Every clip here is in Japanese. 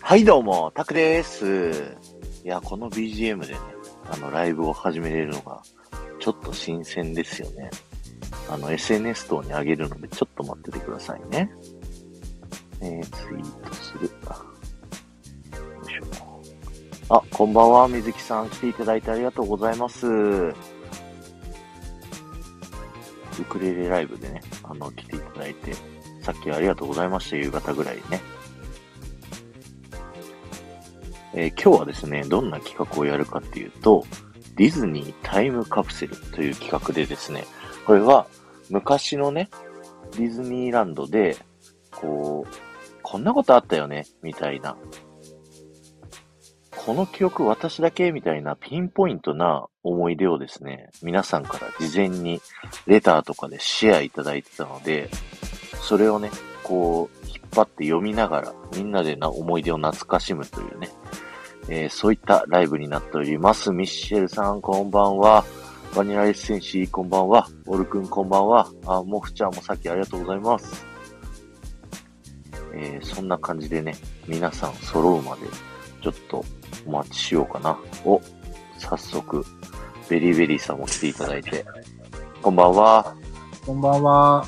はい、どうも、タクです。いや、この BGM でね、あの、ライブを始めれるのが、ちょっと新鮮ですよね。あの、SNS 等に上げるので、ちょっと待っててくださいね。えー、ツイートする。よいしょ。あ、こんばんは、水木さん。来ていただいてありがとうございます。ウクレレライブでね、あの、来ていただいて、さっきはありがとうございました、夕方ぐらいにね。えー今日はですね、どんな企画をやるかっていうと、ディズニータイムカプセルという企画でですね、これは昔のね、ディズニーランドで、こう、こんなことあったよね、みたいな。この記憶私だけみたいなピンポイントな思い出をですね、皆さんから事前にレターとかでシェアいただいてたので、それをね、こう、引っ張って読みながら、みんなでな思い出を懐かしむというね、えーそういったライブになっております。ミッシェルさん、こんばんは。バニラエッセンシー、こんばんは。オルくん、こんばんは。あ、モフちゃんもさっきありがとうございます。えーそんな感じでね、皆さん揃うまで、ちょっとお待ちしようかな。お、早速、ベリーベリーさんも来ていただいて、こんばんは。こんばんは。あ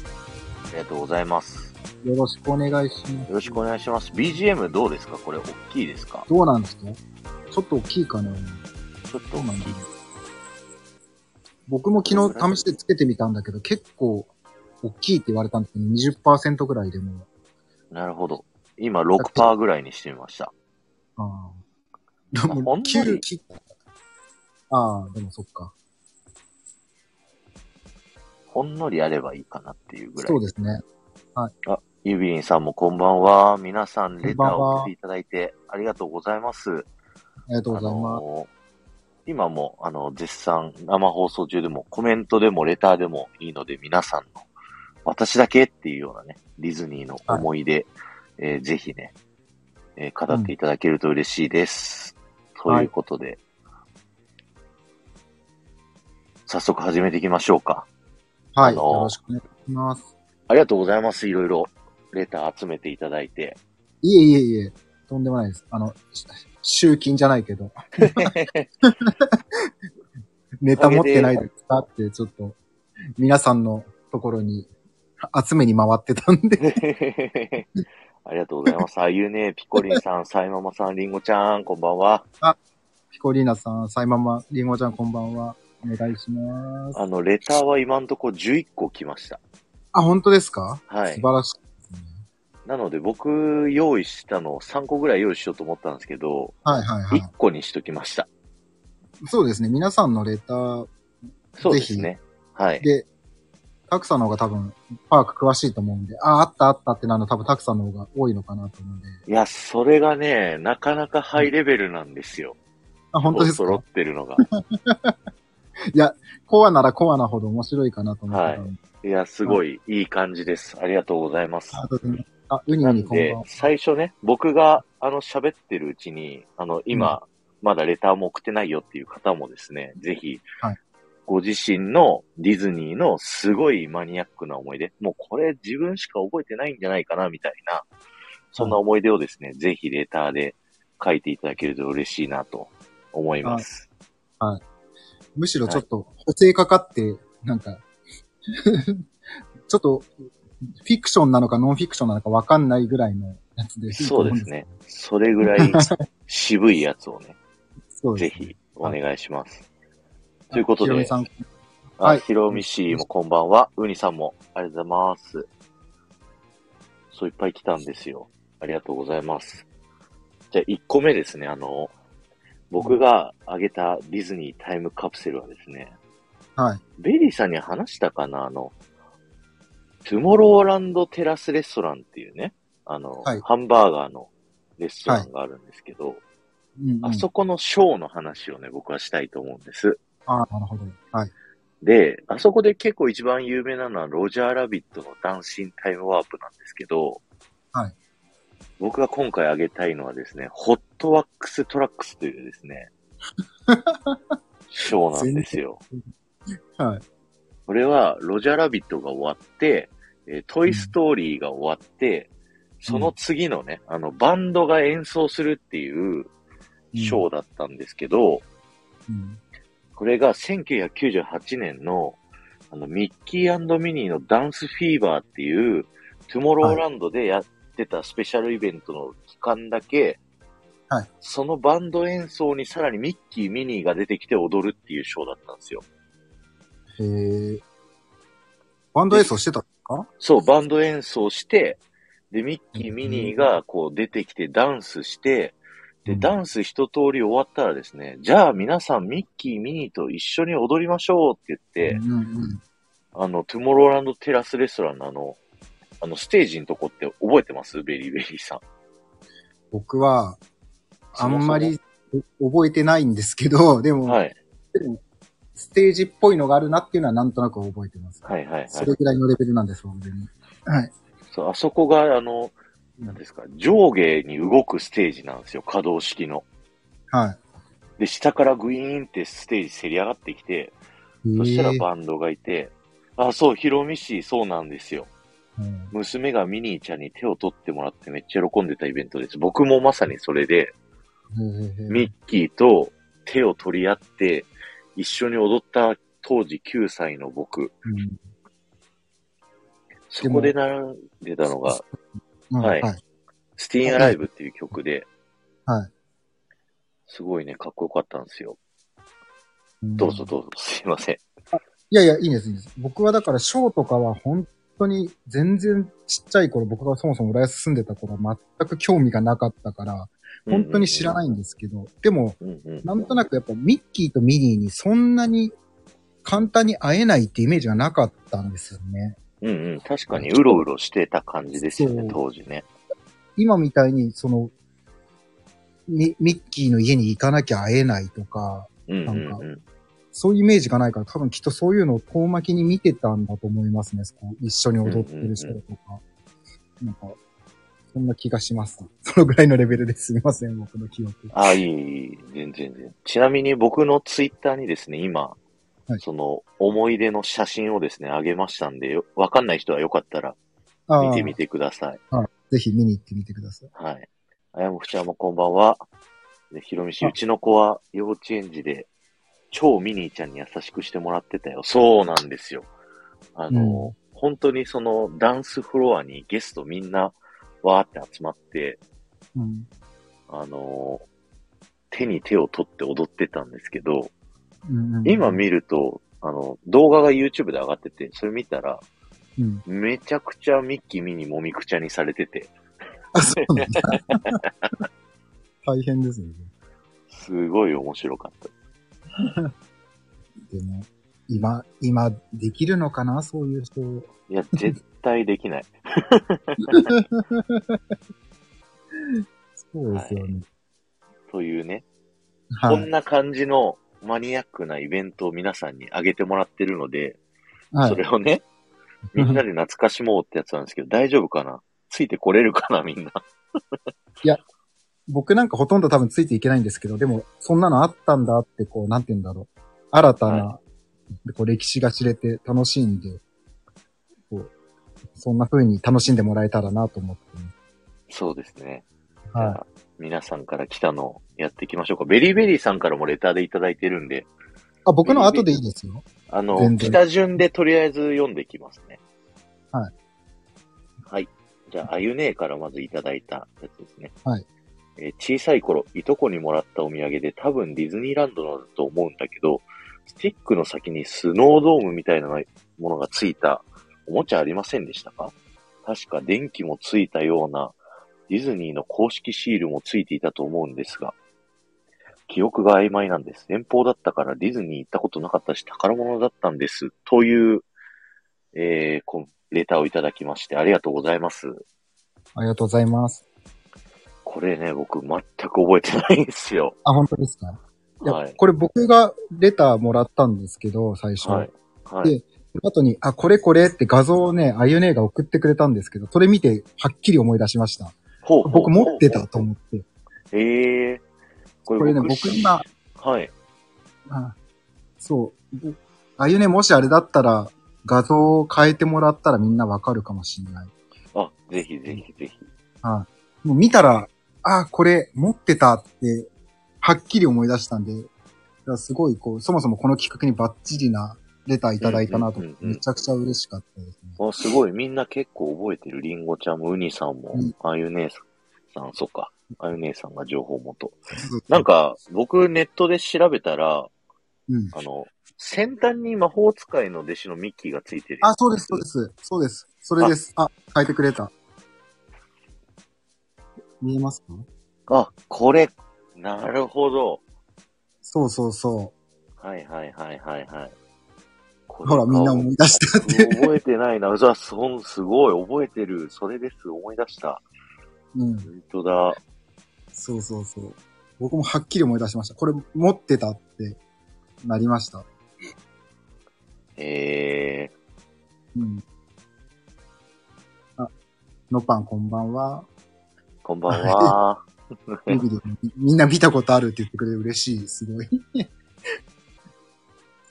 りがとうございます。よろしくお願いします。よろしくお願いします。BGM どうですかこれ、大きいですかどうなんですかちょっと大きいかなちょっとど大うなんきだいろう。僕も昨日試してつけてみたんだけど、結構大きいって言われたんですけど、20%ぐらいでも、なるほど。今、6%ぐらいにしてみました。ああ。でほもんのり9切った。ああ、でもそっか。ほんのりあればいいかなっていうぐらい。そうですね。ゆびりんさんもこんばんは。皆さん、レタこんばーんはを送っていただいてありがとうございます。ありがとうございます。のー今も、あの、絶賛、生放送中でも、コメントでも、レターでもいいので、皆さんの、私だけっていうようなね、ディズニーの思い出、えーぜひね、えー語っていただけると嬉しいです。うんということで、早速始めていきましょうか。はい。あのーよろしくお願いします。ありがとうございます。いろいろレター集めていただいて。 いえいえいえ、とんでもないです。あの、し集金じゃない けど。ネタ持ってないですかって、ちょっと、皆さんのところに集めに回ってたんで。ありがとうございます。あゆね、ピコリンさん、サイママさん、リンゴちゃん、こんばんは。ピコリーナさん、サイママ、リンゴちゃんこんばんは。お願いします。あの、レターは今んとこ11個来ました。あ、本当ですかは素い。晴らしい。なので僕用意したのを3個ぐらい用意しようと思ったんですけど、はいはいは1個にしときました。い。そうですね。皆さんのレターそうですね。はい。で、たくさんの方が多分、パーク詳しいと思うんで、あ、あったあったってなるの多分たくさんの方が多いのかなと思うんで。いや、それがね、なかなかハイレベルなんですよ。あ、本当ですこかう揃ってるのが。コアならコアなほど面白いかなと思ってたので、いや、すごいいい感じです。ありがとうございます。あとでねあ、ウニなウニんこんでばんは、。最初ね、僕が、あの、喋ってるうちに、あの、今、まだレターも送ってないよっていう方もですね、ぜひ、はいご自身のディズニーのすごいマニアックな思い出、もうこれ自分しか覚えてないんじゃないかな、みたいな、そんな思い出をですね、ぜひレターで書いていただけると嬉しいなと思います。むしろちょっと補正かかって、なんか、 ちょっと、フィクションなのかノンフィクションなのかわかんないぐらいのやつでいいとそう思んです。ね。それぐらい渋いやつをね、 そうでぜすね。ひお願いします。ということひろみで、さん、は。はいいひろみ氏もこんばんは。うにさんもありがとうございます。そういっぱい来たんですよ。ありがとうございます。じゃあ1個目ですね。あの、僕があげたディズニータイムカプセルはですね、はい。ベリーさんに話したかなあの、トゥモローランドテラスレストランっていうね、あの、はいハンバーガーのレストランがあるんですけど、うんうん、あそこのショーの話をね、僕はしたいと思うんです。あなるほど。はい。で、あそこで結構一番有名なのはロジャーラビットのダンシンタイムワープなんですけど、はい僕が今回あげたいのはですね、ホットワックストラックスというです ね、ショーなんですよ。はい。これはロジャーラビットが終わって、えートイストーリーが終わって、その次のね、あの、バンドが演奏するっていうショーだったんですけど、うん。これが1998年の、あの、ミッキーミニーのダンスフィーバーっていう、トゥモローランドでやってたスペシャルイベントの期間だけ、はいそのバンド演奏にさらにミッキー、ミニーが出てきて踊るっていうショーだったんですよ。へえ。バンド演奏してたんですかそう、バンド演奏して、で、ミッキー、ミニーがこう出てきてダンスして、で、ダンス一通り終わったらですね、じゃあ皆さんミッキー、ミニーと一緒に踊りましょうって言って、うんうん。あの、トゥモローランドテラスレストランのあの、あの、ステージのとこって覚えてますベリーベリーさん。僕は、あんまそもり覚えてないんですけど、 でそも、も。はい。ステージっぽいのがあるなっていうのはなんとなく覚えてます。はいはいはい。それぐらいのレベルなんです、僕でも。はい。そうあそこが、あの、なんですか、上下に動くステージなんですよ。可動式の。はで、下からグイーンってステージせり上がってきて、い。そしたらへえバンドがいて、あ、そう、ヒロミ氏、そうなんですよ。うん娘がミニーちゃんに手を取ってもらってめっちゃ喜んでたイベントです。僕もまさにそれで、へえミッキーと手を取り合って、一緒に踊った当時9歳の僕。うんそこで並んでたのが、うんはいはい。スティーンアライブっていう曲で、はい。すごいね、かっこよかったんですよ。んどうぞどうぞ、すいません。。いやいや、いいんです、いいんです。僕はだから、ショーとかは本当に全然ちっちゃい頃、僕がそもそも浦安住んでた頃、全く興味がなかったから、本当に知らないいんですけど、でも、うんうん。なんとなくやっぱミッキーとミニーにそんなに簡単に会えないってイメージがなかったんですよね。うんうん。確かに、うろうろしてた感じですよねそ、う当時ね。今みたいに、その、ミミッキーの家に行かなきゃ会えないとか、うんうんなんうん。そういうイメージがないから、多分きっとそういうのを遠巻きに見てたんだと思いますね。そこ一緒に踊ってる人とか。なんか、そんな気がします。 そのぐらいのレベルですみません、僕の記憶。あ、いい、いい全然、全然。ちなみに僕のツイッターにですね、今、はいその、思い出の写真をですね、あげましたんで、よわかんない人はよかったら、ああ見てみてください。ぜひ見に行ってみてください。はい。あやもふちゃんもこんばんは。でひろみし、あうちの子は幼稚園児で、超ミニーちゃんに優しくしてもらってたよ。そうなんですよ。あの、本当にそのダンスフロアにゲストみんなわーって集まって、うん。あの、手に手を取って踊ってたんですけど、うんうん、今見ると、あの、動画が YouTube で上がってて、それ見たら、うん。めちゃくちゃミッキーミニーもみくちゃにされてて、あ、そうなんだ。大変ですね。すごい面白かった。でも、今、今、できるのかなそういう人。いや、絶対できない。そうですよね。というね、はい。こんな感じのマニアックなイベントを皆さんにあげてもらってるので、はい、それを ね、みんなで懐かしもうってやつなんですけど、大丈夫かなついてこれるかなみんな。僕なんかほとんど多分ついていけないんですけど、でも、そんなのあったんだって、こう、なんて言うんだろう。新たな、こう、歴史が知れて楽しいんで、こう、そんな風に楽しんでもらえたらなと思ってまそうですね。す。はい。い。皆さんから来たのをやっていきましょうか。ベリーベリーさんからもレターでいただいてるんで、あ、僕の後でいいですよ。あの、全来然た順でとりあえず読んできますね。はい。はい。じゃあ、あゆねえからまずいただいたやつですね。はい。えー小さい頃、いとこにもらったお土産で多分ディズニーランドのだと思うんだけど、スティックの先にスノードームみたいなものがついたおもちゃありませんでしたか確か電気もついたようなディズニーの公式シールもついていたと思うんですが、記憶が曖昧なんです。遠方だったからディズニー行ったことなかったし、宝物だったんです。という、えーこレターをいただきまして、ありがとうございます。ありがとうございます。これね、僕全く覚えてないんですよ。あ、本当ですかいや、はい。これ僕がレターもらったんですけど、最初。はい。はい。で後に、あ、これこれって画像をね、あゆねえが送ってくれたんですけど、それ見て、はっきり思い出しました。ほうほう僕持ってたとう。思って。ええー。ここれね、僕今、はい。あそう。ぼあゆね、もしあれだったら、画像を変えてもらったらみんなわかるかもしれない。あ、ぜひぜひぜひ。もう見たら、ああ、これ持ってたって、はっきり思い出したんで、だからすごいこう、そもそもこの企画にバッチリなレターいただいたなと、うんうんうんうんめちゃくちゃ嬉しかったですね。あすごい、みんな結構覚えてる。りんごちゃんも、うにさんもうん、あゆ姉さん、そっか。あゆ姉さんが情報元。なんか、僕ネットで調べたら、うん。あの、先端に魔法使いの弟子のミッキーがついてる。あ、そうです、そうで。す。そうです。それです。あ、書いてくれた。見えますかあ、これ、なるほど。そうそうそはいはいはいはいはい。う。ほら、みんな思い出したって。覚えてないな。じゃあ、そん、すごい、覚えてる。それです、思い出した。うん。本当だ。そうそうそう。僕もはっきり思い出しました。これ持ってたってなりました。えうん。あ、のパンこんばんは。ー、こんばんは。 ビビリみみんな見たことあるって言ってくれて嬉しい。すごい。そ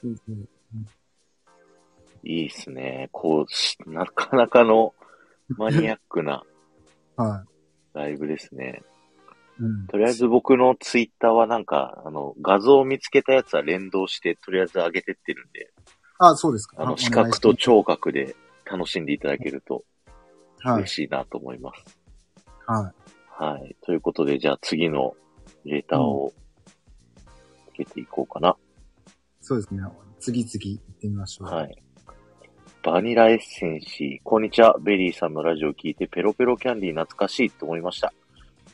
うそういいっすね。こうし、なかなかの マニアックなはライブですね。い。うん。とりあえず僕のツイッターはなんか、あの、画像を見つけたやつは連動して、とりあえず上げてってるんで、あ、そうですか。あお願の、いし視ます覚と聴覚で楽しんでいただけるとはい嬉。しいなと思います。ははい。ということで、じゃあ次のレーターをつけていこうかな。い。そうですね。次々行ってみましょう。。はいい。バニラエッセンシー、こんにちは。ベリーさんのラジオを聞いてペロペロキャンディー懐かしいと思いました。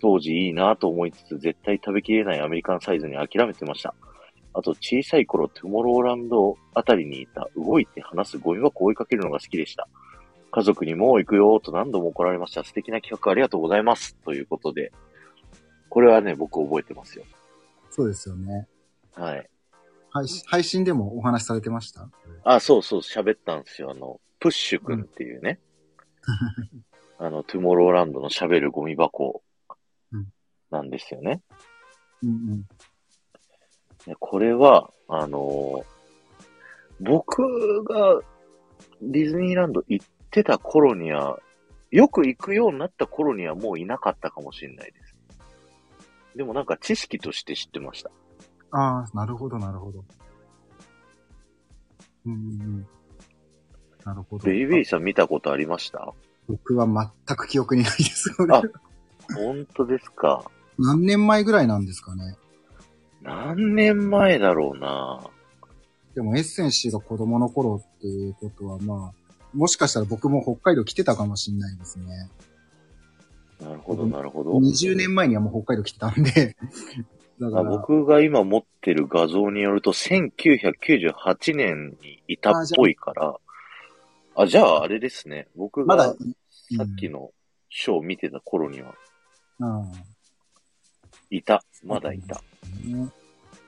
当時いいなと思いつつ、絶対食べきれないアメリカンサイズに諦めてました。あと、小さい頃、トゥモローランドあたりにいた、動いて話すゴミ箱を追いかけるのが好きでした。家族にもう行くよと何度も怒られました。素敵な企画ありがとうございます。ということで、これはね、僕覚えてますよ。そうですよね。はい。配信配信でもお話しされてましたあ、そうそう、喋ったんですよ。あの、プッシュくんっていうね。あの、トゥモローランドの喋るゴミ箱うんなんですよね。うんうん。でこれは、あのー僕がディズニーランド行ってた頃には、よく行くようになった頃にはもういなかったかもしれないです。でもなんか知識として知ってました。ああ、なるほど、なるほど。うんうんうん。なるほど。ベイビーさん見たことありま した僕は全く記憶にないです。これあ本当ですか。何年前ぐらいなんですかね。何年前だろうなでもエッセンシーが子供の頃っていうことは、まあ、もしかしたら僕も北海道来てたかもしれないですね。なるほど、なるほど。 20年前にはもう北海道来てたんで。 だかあら、僕が今持ってる画像によると、1998年にいたっぽいから、あ、じゃああれですね。僕まがださ、っきのショーを見てた頃には、うん。いた。まだいた。ね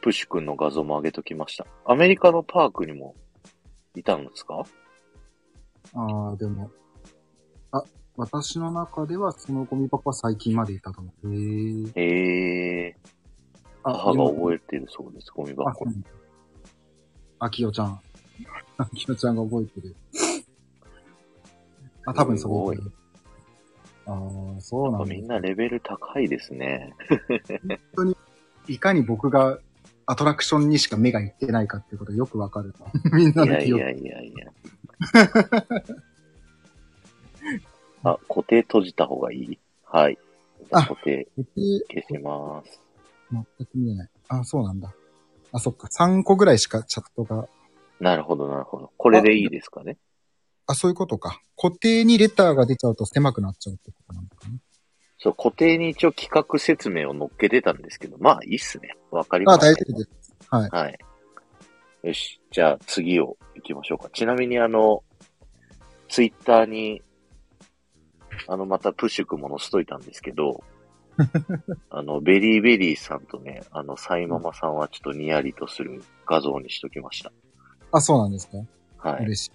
プッシュ君の画像も上げときました。アメリカのパークにもいたんですかああ、でも、あ、私の中ではそのゴミ箱は最近までいたと思う。へえ。ええあ母が覚ええてるそうです、ゴミあ、箱そう。なんだあきよちゃん。あきよちゃんが覚えてる。あ、多分そう。すああ、そうなんだ。みんなレベル高いですね。いかに僕がアトラクションにしか目がいってないかっていうことがよくわかる。 みんいなのやい記憶。やいやいや。 あ、固定閉じた方がいいはい。じゃああ固定僕消します。全く見えない。あ、そうなんだ。あ、そっか。3個ぐらいしかチャットが。なるほど、なるほど。これでいいですかね。あ、そういうことか。固定にレターが出ちゃうと狭くなっちゃうってことなのかね。そう、固定に一応企画説明を乗っけてたんですけど、まあいいっすね。わかりあ、ま大し丈た。夫です。はい。よし。じゃあ次を行きましょうか。ちなみにあの、ツイッターに、あの、またプッシュくも載せといたんですけ ど、あの、ベリーベリーさんとね、あの、サイママさんはちょっとニヤリとする画像にしときました。あ、そうなんですか。はい。嬉しい。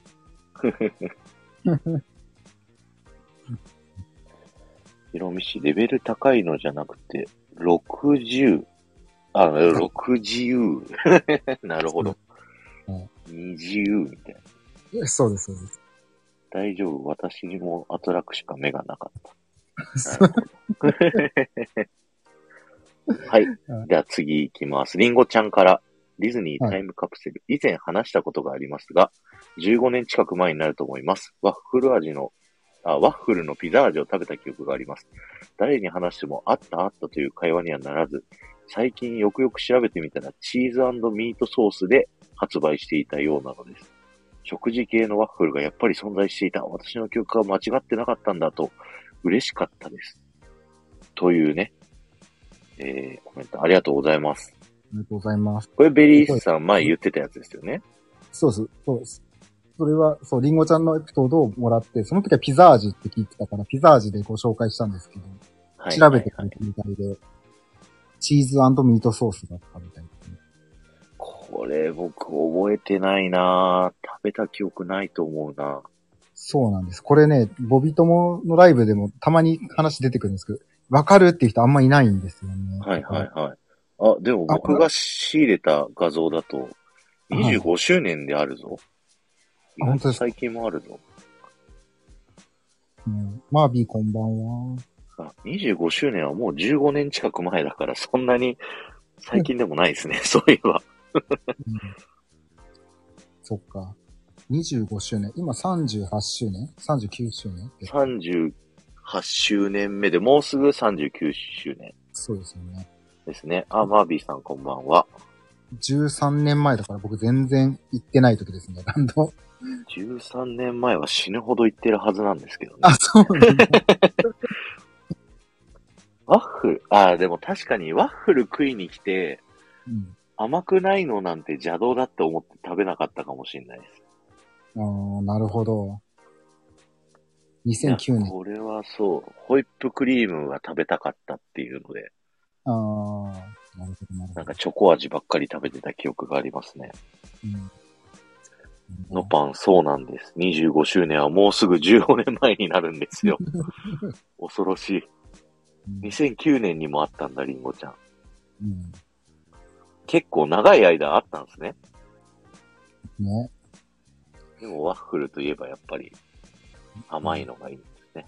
ヒロミ氏、レベル高いのじゃなくて、60、あ、60。なるほどうん。 20みたいな。そうです、そうです。大丈夫。私にもアトラクしか目がなかった。はい。じゃあ次行きます。リンゴちゃんから、ディズニータイムカプセル、以前話したことがありますが、15年近く前になると思います。ワッフル味の、あワッフルのピザ味を食べた記憶があります。誰に話しても、あったあったという会話にはならず、最近よくよく調べてみたら、チーズミートソースで発売していたようなのです。食事系のワッフルがやっぱり存在していた。私の記憶が間違ってなかったんだと、嬉しかったです。というね、えー、コメントありがとうございます。りがとうございます。これベリーさん前言ってたやつですよね。そうです。そうです。それは、そう、リンゴちゃんのエピソードをもらって、その時はピザ味って聞いてたから、ピザ味でご紹介したんですけど、はい。調べてくはいれはいたみたいで、チーズミートソースだったみたいですね。これ僕覚えてないなぁ食べた記憶ないと思うなぁそうなんです。これね、ボビトモのライブでもたまに話出てくるんですけど、わかるっていう人あんまいないんですよね。はいはいはい。あ、でもあ僕が仕入れた画像だと、はい25周年であるぞ。意外あ本当とですか最近もあるぞ。うんマービーこんばんは。あ、25周年はもう15年近く前だから、そんなに最近でもないですね、 そういえば。うんそっか。25周年。今38周年 ?39 周年って38周年目で、もうすぐ39周年そうですよね。ですね。あ、マービーさんこんばんは。 13年前だから僕全然行ってない時ですね。ランド。 13年前は死ぬほど言ってるはずなんですけどね。あ、そうなんだ。ワッフル、あーでも確かにワッフル食いに来て、うん甘くないのなんて邪道だって思って食べなかったかもしれないです。あーなるほど。2009いや年。これはそう、ホイップクリームが食べたかったっていうので、ああ、なるほど、ななるほんどか。チョコ味ばっかり食べてた記憶がありますね。うんのパン、そうなんです。25周年はもうすぐ15年前になるんです よ。恐ろしうんい。2009年にもあったんだ、リンゴちゃん。うん結構長い間あったんですね。ね。でもワッフルといえばやっぱり甘いのがいいんですね。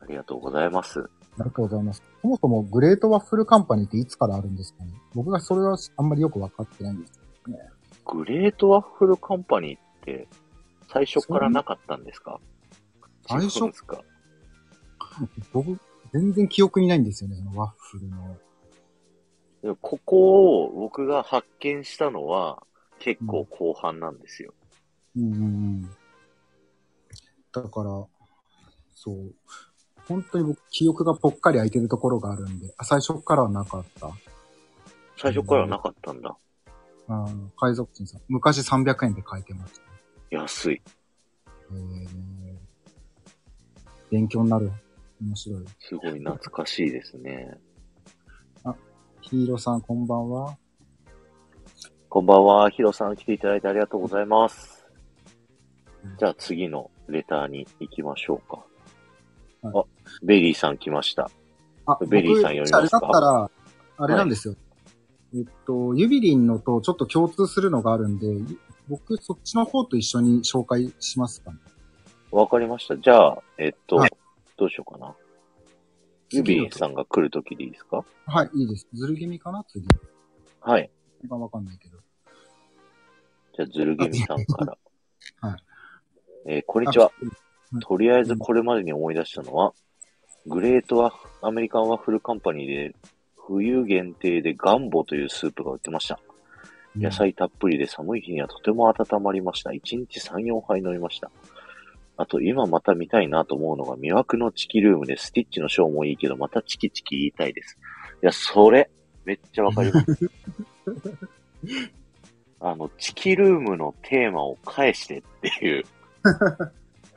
ありがとうございます。ありがとうございます。そもそもグレートワッフルカンパニーっていつからあるんですかね僕がそれはあんまりよくわかってないんです。グレートワッフルカンパニーって最初からなかったんですかそう最初違うんですか僕、全然記憶にないんですよね、そのワッフルの。でもここを僕が発見したのは結構後半なんですよ。うんうんうん。だから、そう。本当に僕、記憶がぽっかり空いてるところがあるんで、あ最初からはなかった。最初からはなかったんだ。あの海賊人さん。昔300円で買えてました。安い。えー勉強になる。面白い。すごい懐かしいですね。ヒーローさん、こんばんは。こんばんは。ヒロさん来ていただいてありがとうございます。じゃあ次のレターに行きましょうか。はあ、ベリーさん来ました。あ、ベリーさん読み僕ますかじゃああれだったら、あれなんですよ。えっと、ユビリンのとちょっと共通するのがあるんで、僕そっちの方と一緒に紹介しますかね。わかりました。じゃあ、えっと、はいどうしようかな。ユビリンさんが来るときでいいですかはい、いいです。ずる気味かな次。はい。がわかんないけど。じゃあ、ズルゲミさんから。はえーこんにちは。うんとりあえずこれまでに思い出したのは、グレートワッフアメリカンワッフルカンパニーで、冬限定でガンボというスープが売ってました。野菜たっぷりで寒い日にはとても温まりました。1日3、4杯飲みました。あと、今また見たいなと思うのが、魅惑のチキルームでスティッチのショーもいいけど、またチキチキ言いたいです。いや、それ、めっちゃわかり ます。あの、チキルームのテーマを返してっていう。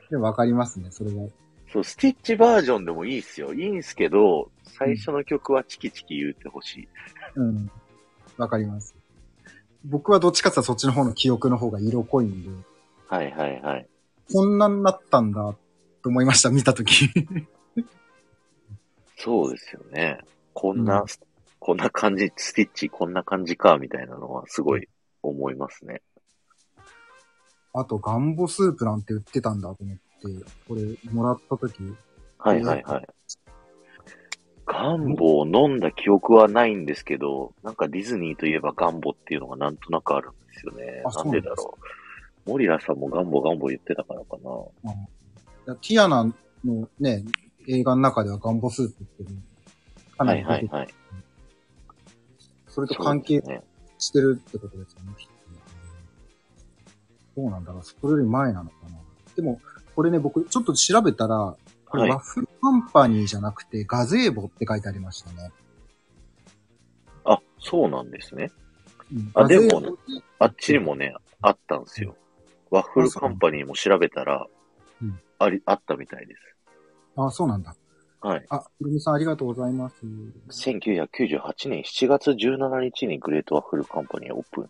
でもわかりますね、それは。そう、スティッチバージョンでもいいっすよ。いいんすけど、最初の曲はチキチキ言ってほしい。うん。わかります。僕はどっちかっていうとそっちの方の記憶の方が色濃いんで、はいはいはい。こんなになったんだと思いました、見たと き。そうですよね。こんな、こんな感じ、スティッチこんな感じか、みたいなのはすごい思いますね。あと、ガンボスープなんて売ってたんだと思って、これ、もらったとき、はいはいはい。願望を飲んだ記憶はないんですけど、なんかディズニーといえばガンボっていうのがなんとなくあるんですよね。あなそんうなでんだですろう。モリラさんもガンボガンボ言ってたからかな。だティアナのね、映画の中ではガンボスープっていうのかなはりい出てはて、いはい。それと関係そうですね。してるってことですよね、きっとどうなんだろう。それより前なのかな。でも、これね、僕、ちょっと調べたら、こはれいワッフルカンパニーじゃなくて、ガゼーボって書いてありましたね。あ、そうなんですね。うんあガゼーでもボねってあっちにもね、あったんですよ。ワッフルカンパニーも調べたらうん、あり、あったみたいです。あ、そうなんだ。はい。あ、ひろみさんありがとうございます。 1998年7月17日にグレートワッフルカンパニーオープン。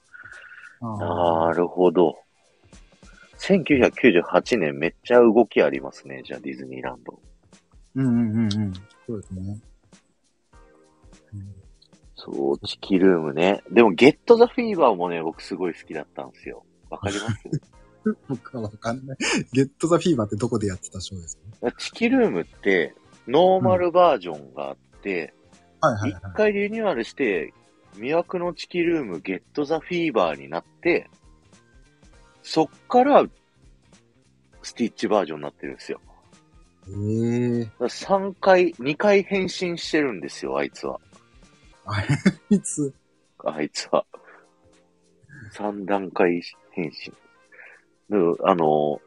あなるほど。1998年めっちゃ動きありますね。じゃあディズニーランド。うんうんうんうん。そうですね。うんそう、チキルームね。でもゲットザフィーバーもね、僕すごい好きだったんですよ。わかります僕はわかんない。ゲットザフィーバーってどこでやってたショーですか チキルームってノーマルバージョンがあって、は一、いはいはい。回リニューアルして、魅惑のチキルームゲットザフィーバーになって、そっからスティッチバージョンになってるんですよ。ええー。だから3回、2回変身してるんですよ、あいつは。あれ、いつあいつは。三段階変身。でもあの、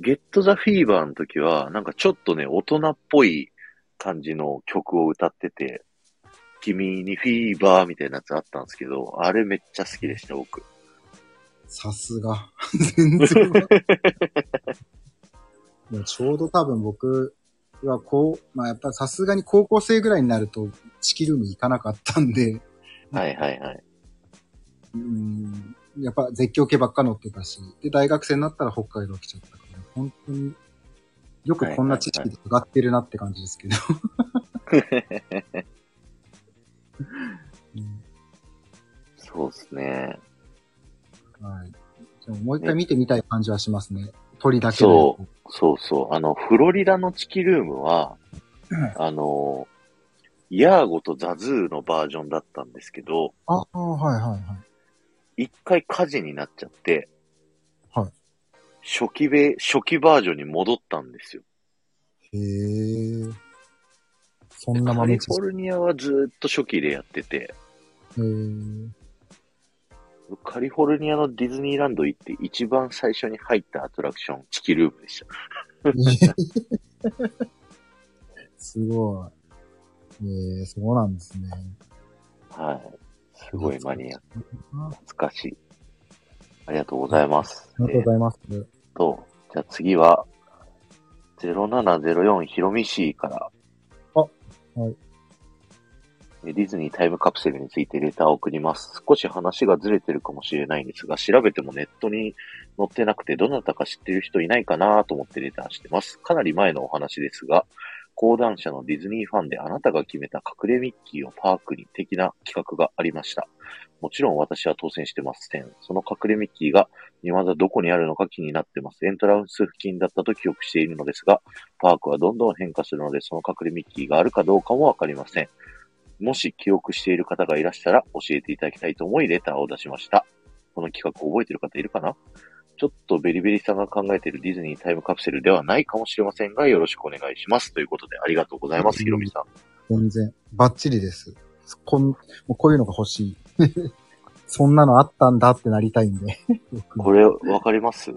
ゲットザフィーバーの時は、なんかちょっとね、大人っぽい感じの曲を歌ってて、君にフィーバーみたいなやつあったんですけど、あれめっちゃ好きでした、僕。さすが。 全然 わかんない。もうちょうど多分僕はこう、まあやっぱさすがに高校生ぐらいになると、チキルーム行かなかったんで、はいはいはい。うん、やっぱ絶叫系ばっか乗ってたし、で、大学生になったら北海道来ちゃったから、本当によくこんな知識で上がってるなって感じですけど。うん そうですね。 はい。でももう一回見てみたい感じはしますね。鳥だけで。そうそうそう。あの、フロリダのチキルームは、あの、ヤーゴとザズーのバージョンだったんですけど、ああ、はいはいはい。一回火事になっちゃって、はい。初期べ、初期バージョンに戻ったんですよ。へえ。そんなカ豆リ知フォ識。ルニアはずーっと初期でやってて、へーカリフォルニアのディズニーランド行って一番最初に入ったアトラクション、チキルームでした。すごい。ええ、そうなんですね。はい。すごいマニアック。あ懐かしい。ありがとうございます。りがとうございます。えーっと、じゃあ次は、0704ヒロミシーから。あはえー。いディズニータイムカプセルについてレターを送ります。少し話がずれてるかもしれないんですが、調べてもネットに載ってなくて、どなたか知ってる人いないかなと思ってレターしてます。かなり前のお話ですが、講談社のディズニーファンであなたが決めた隠れミッキーをパークに的な企画がありました。もちろん私は当選してません。その隠れミッキーが未だどこにあるのか気になってます。エントランス付近だったと記憶しているのですが、パークはどんどん変化するので、その隠れミッキーがあるかどうかもわかりません。もし記憶している方がいらしたら教えていただきたいと思いレターを出しました。この企画覚えてる方いるかなちょっとベリベリさんが考えているディズニータイムカプセルではないかもしれませんが、よろしくお願いします。ということでありがとうございます、ひろみさん。全然。バッチリです。こん、もうこういうのが欲しい。 そんなのあったんだってなりたいんで。僕これわかります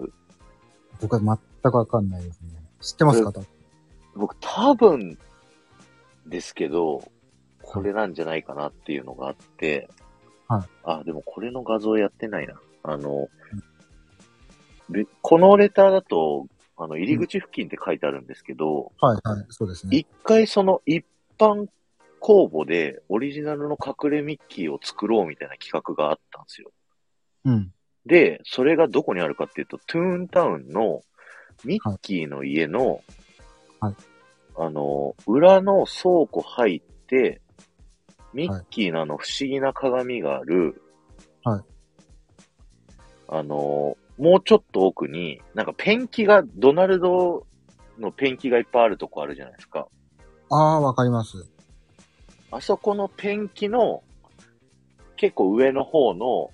僕は全くわかんないですね。知ってますか僕多分ですけど、これなんじゃないかなっていうのがあって、はいあ、でもこれの画像やってないな。あの、でこのレターだと、あの、入り口付近って書いてあるんですけど、はいはい、そうですね。一回その一般公募でオリジナルの隠れミッキーを作ろうみたいな企画があったんですよ。うん。で、それがどこにあるかっていうと、トゥーンタウンのミッキーの家の、はいあの、裏の倉庫入って、ミッキーのあの不思議な鏡がある、はいあの、もうちょっと奥に、なんかペンキがドナルドのペンキがいっぱいあるとこあるじゃないですか。ああ、わかります。あそこのペンキの、結構上の方の、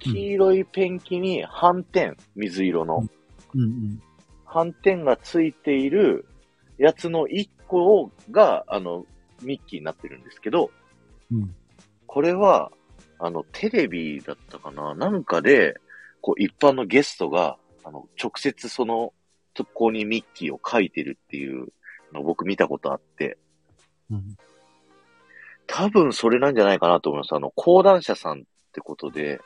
黄色いペンキに斑点、水色の、うんうん。斑点がついているやつの1個をが、あの、ミッキーになってるんですけど、うん。これは、あの、テレビだったかななんかで、こう、一般のゲストが、あの、直接その、特攻にミッキーを描いてるっていうのを僕見たことあって、うん。多分それなんじゃないかなと思います。あの、講談社さんってことで、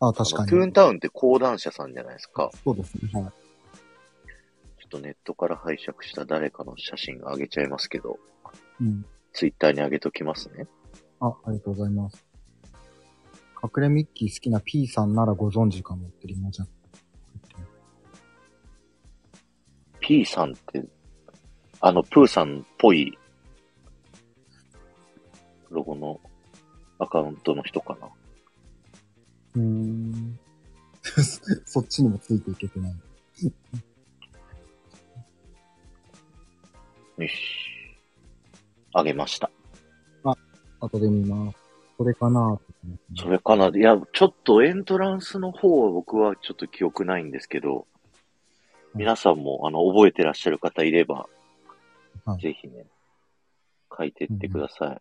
ああ、あ確かのにトゥー。ンタウンって講談社さんじゃないですか。そうですね。はい。ちょっとネットから拝借した誰かの写真あげちゃいますけど、うん。ツイッターにあげときますね。あ、ありがとうございます。隠れミッキー好きな P さんならご存知かもってリモちゃん。 P さんって、あの、プーさんっぽい、ロゴのアカウントの人かな。うーん。 そっちにもついていけてない。よし。あげました。後で見ます。これかなって思ってますそれかな。いや、ちょっとエントランスの方は僕はちょっと記憶ないんですけど、皆さんも、あの、覚えてらっしゃる方いれば、はいぜひね、書いてってください。うんはい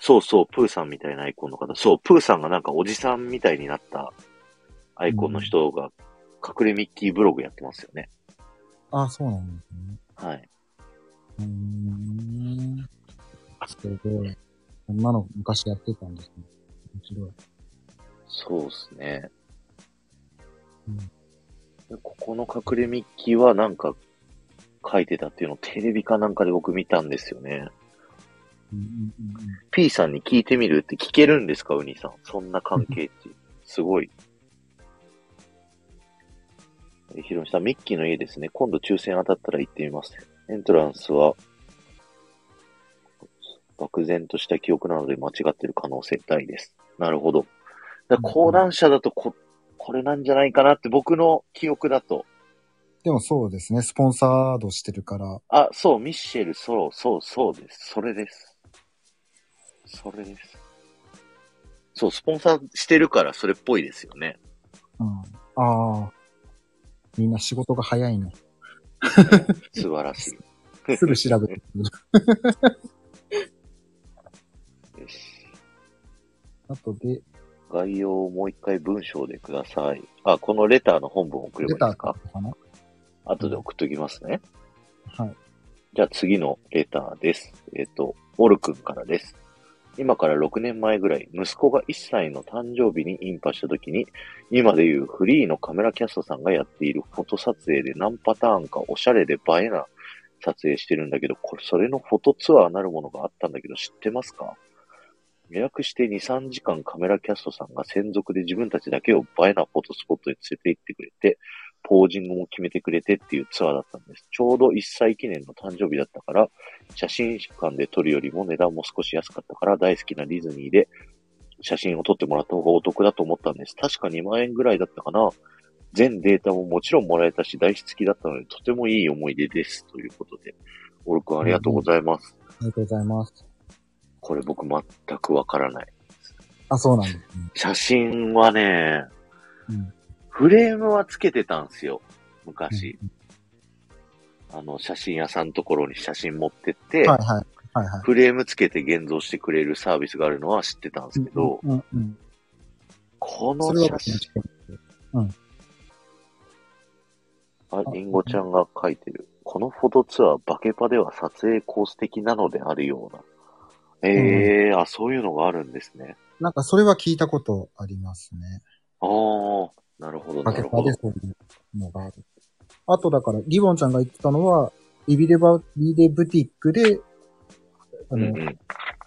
そうそう、プーさんみたいなアイコンの方。そう、プーさんがなんかおじさんみたいになったアイコンの人が、隠れミッキーブログやってますよね。あ、そうなんですね。はい。うーん。すごい。こんなの昔やってたんですね。面白い。そうですね。うんでここの隠れミッキーはなんか書いてたっていうのをテレビかなんかで僕見たんですよね。うんうんうんうん P さんに聞いてみるって聞けるんですか、ウニさん。そんな関係値。すごい。えひろみさん、ミッキーの家ですね。今度抽選当たったら行ってみます。エントランスは、漠然とした記憶なので間違ってる可能性大です。なるほど。だから講談社だとこ、これなんじゃないかなって僕の記憶だと。でもそうですね。スポンサードしてるから。あ、そう、ミッシェル、そう、そう、そうです。それです。それです。そう、スポンサーしてるからそれっぽいですよね。うん。ああ。みんな仕事が早 いな。素晴らしい。すぐ調べてくる。よし。あとで、概要をもう一回文章でください。あ、このレターの本文送れ出ばいいでたすかかな後で送っときますね。はい。じゃあ次のレターです。えっ、と、オルくんからです。今から6年前ぐらい、息子が1歳の誕生日にインパした時に、今でいうフリーのカメラキャストさんがやっているフォト撮影で何パターンかおしゃれで映えな撮影してるんだけど、これ、それのフォトツアーなるものがあったんだけど、知ってますか予約して2、3時間カメラキャストさんが専属で自分たちだけを映えなフォトスポットに連れて行ってくれて、ポージングも決めてくれてっていうツアーだったんです。ちょうど1歳記念の誕生日だったから、写真館で撮るよりも値段も少し安かったから、大好きなディズニーで写真を撮ってもらった方がお得だと思ったんです。確か2万円ぐらいだったかな。全データももちろんもらえたし、大好きだったので、とてもいい思い出です。ということで、オルくんありがとうございます。ありがとうございます。これ僕全くわからない。あ、そうなんですね。写真はね、うんフレームはつけてたんすよ。昔。あの、写真屋さんのところに写真持ってって、はいはい。はいはい。フレームつけて現像してくれるサービスがあるのは知ってたんですけど、うんうん。こそのれは写僕も真知っ、てるあ、リンゴちゃんが書いてる。このフォトツアー、バケパでは撮影コース的なのであるような。ええあ、そういうのがあるんですね。なんかそれは聞いたことありますね。ああ、なるほど、バなケるパほでど。そういうのがある。あとだから、リボンちゃんが言ってたのは、ビビデバ、ビデブティックで、あうんの、うん、ク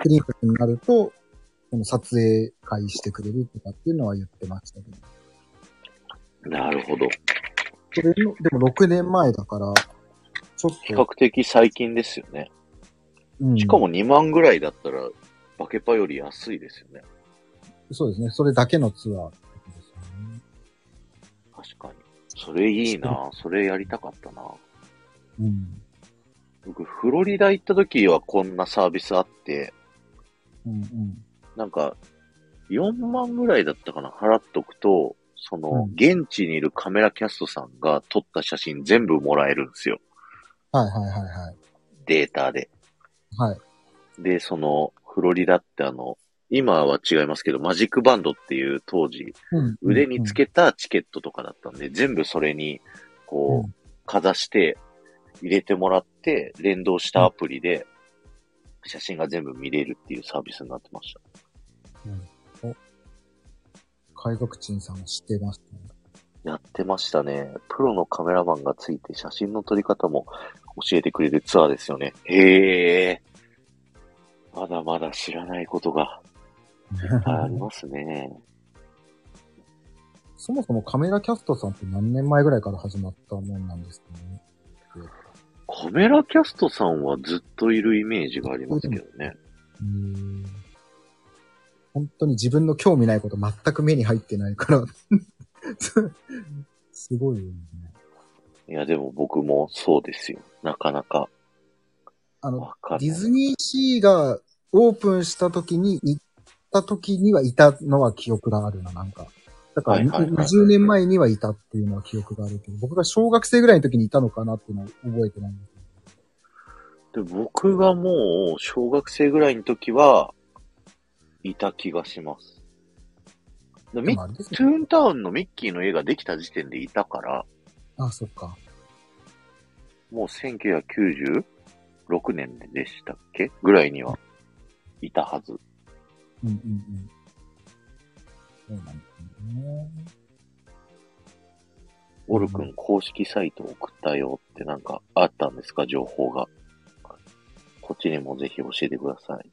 リニックになると、その撮影会してくれるとかっていうのは言ってましたけど。なるほど。それの、でも6年前だから、ちょ比較っと、的最近ですよね。うんしかも2万ぐらいだったら、バケパより安いですよね。そうですね。それだけのツアーってことですよね。確かに。それいいなそれやりたかったなうん。僕、フロリダ行った時はこんなサービスあって、うん。うん。なんか、4万ぐらいだったかな、払っとくと、その、うん現地にいるカメラキャストさんが撮った写真全部もらえるんですよ。はいはいはいはい。データで。はい。で、その、フロリダってあの、今は違いますけど、マジックバンドっていう当時、うん、腕につけたチケットとかだったんで、全部それに、こう、うんかざして、入れてもらって、連動したアプリで、写真が全部見れるっていうサービスになってました。海賊人さんは知ってますね。やってましたね。プロのカメラマンがついて写真の撮り方も教えてくれるツアーですよね。へえ。まだまだ知らないことが ありますね。そもそもカメラキャストさんって何年前ぐらいから始まったもんなんですかね。カメラキャストさんはずっといるイメージがありますけどね。うーん本当に自分の興味ないこと全く目に入ってないから。 すごいよね。いや、でも僕もそうですよ。なかなかあの、わかんなデい。ィズニーシーがオープンした時に行った時にはいたのは記憶があるな、なんか。だから、はいはいはい20年前にはいたっていうのは記憶があるけど、僕が小学生ぐらいの時にいたのかなっていうのは覚えてないんですで僕がもう小学生ぐらいの時は、いた気がします。でけミど。ッあれですトゥね。ーンタウンのミッキーの絵ができた時点でいたから、あ、そっか。もう1996年でしたっけぐらいにはいたはず。うんうんうん。そうなんですね。オル君公式サイト送ったよってなんかあったんですか情報が。こっちにもぜひ教えてください。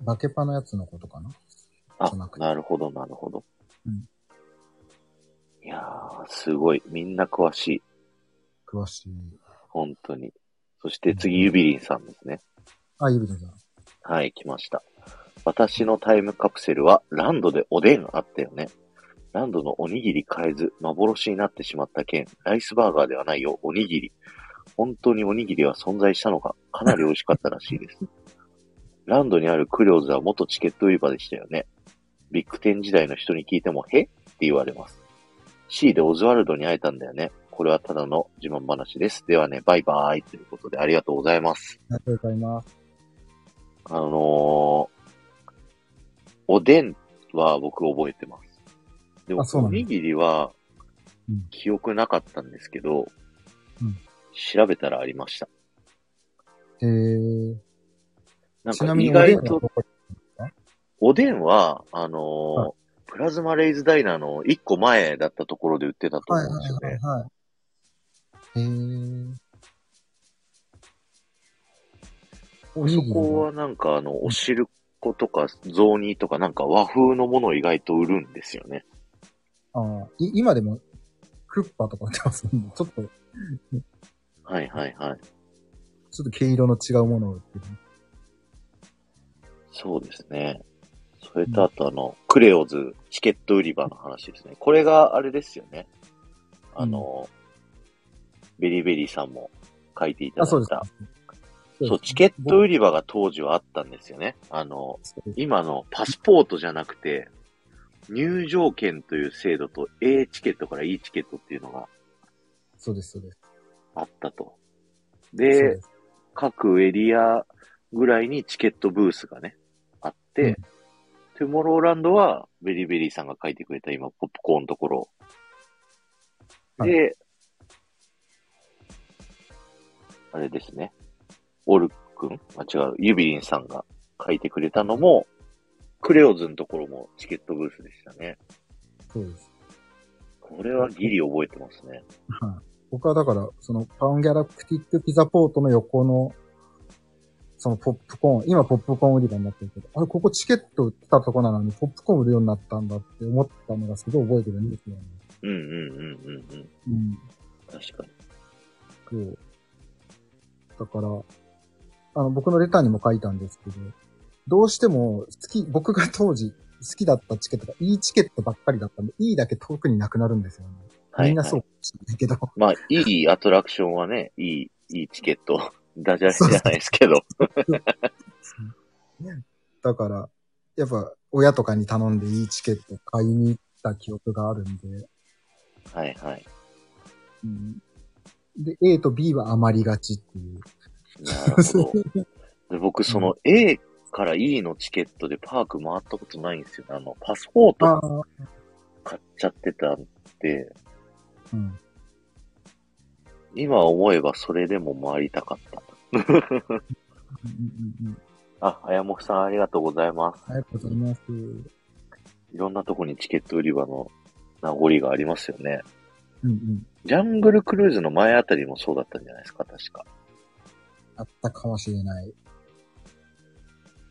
バケパのやつのことかなあそんな、ことなるほど、なるほど。うんいやー、すごい。みんな詳しい。詳しい。本当に。そして次、ユビリンさんですね。あ、ゆびりさん。はい、来ました。私のタイムカプセルはランドでおでんあったよね。ランドのおにぎり変えず幻になってしまった件、ライスバーガーではないよ、おにぎり。本当におにぎりは存在したのか、かなり美味しかったらしいです。ランドにあるクリオズは元チケット売り場でしたよね。ビッグテン時代の人に聞いても、へって言われます。C でオズワルドに会えたんだよね。これはただの自慢話です。ではね、バイバーイということでありがとうございます。ありがとうございます。あのーおでんは僕覚えてます。でもあ、そうなおんだにぎりはうん記憶なかったんですけど、うん調べたらありました。えー、なんちかなみ意におでん外はどと、こ、おでんは、あのーはプラズマレイズダイナーの一個前だったところで売ってたとは思うんいですよはいはいね。はい。えー、おにぎそりこのはなんかあの、お汁粉とか雑煮とかなんか和風のものを意外と売るんですよね。あい今でも、クッパとか売ってますもんね。ちょっと、ちょはいはいはい。っと毛色の違うものを売ってる。そうですね。それとあとあの、クレオズチケット売り場の話ですね。これがあれですよね。あの、ベリーベリーさんも書いていただあ、いた。そうですか。そうチケット売り場が当時はあったんですよね。あの、り。今のパスポートじゃなくて、入場券という制度と A チケットから E チケットっていうのがそうです、そうです。あったと。そうでで、す各エリアぐらいにチケットブースがね、あって、うんトゥモローランドはベリーベリーさんが書いてくれた今、ポップコーンのところ。はいで、あれですね。オルくんあ、違う。ユビリンさんが書いてくれたのも、クレオズのところもチケットブースでしたね。そうです。これはギリ覚えてますね。はい。僕はだから、その、パウンギャラクティックピザポートの横の、そのポップコーン、今ポップコーン売り場になってるけど、あれ、ここチケット売ってたとこなのに、ポップコーン売るようになったんだって思ったのがすごい覚えてるんですよね。うんうんうんうんうん。うん。確かに。そう。だから、あの、僕のレターにも書いたんですけど、どうしても、好き、僕が当時好きだったチケットが E チケットばっかりだったんで、E だけ遠くになくなるんですよね。はい、みんなそうかもしれないけど、まあ、いいアトラクションはね、いい、いいチケット。 ダジャレじゃないですけど。 だから、やっぱ親とかに頼んでいいチケット買いに行った記憶があるんで、はいはい。うん、で、A と B は余りがちっていう。なるほど。で僕、その A から E のチケットでパーク回ったことないんですよ。あの、パスポーあトあ、買っちゃってたんで、うん。今思えばそれでも回りたかった。うんうんうんあ、あやもふさんありがとうございます。ありがとうございます。いろんなとこにチケット売り場の名残がありますよね。うんうん。ジャングルクルーズの前あたりもそうだったんじゃないですか、確か。あったかもしれない。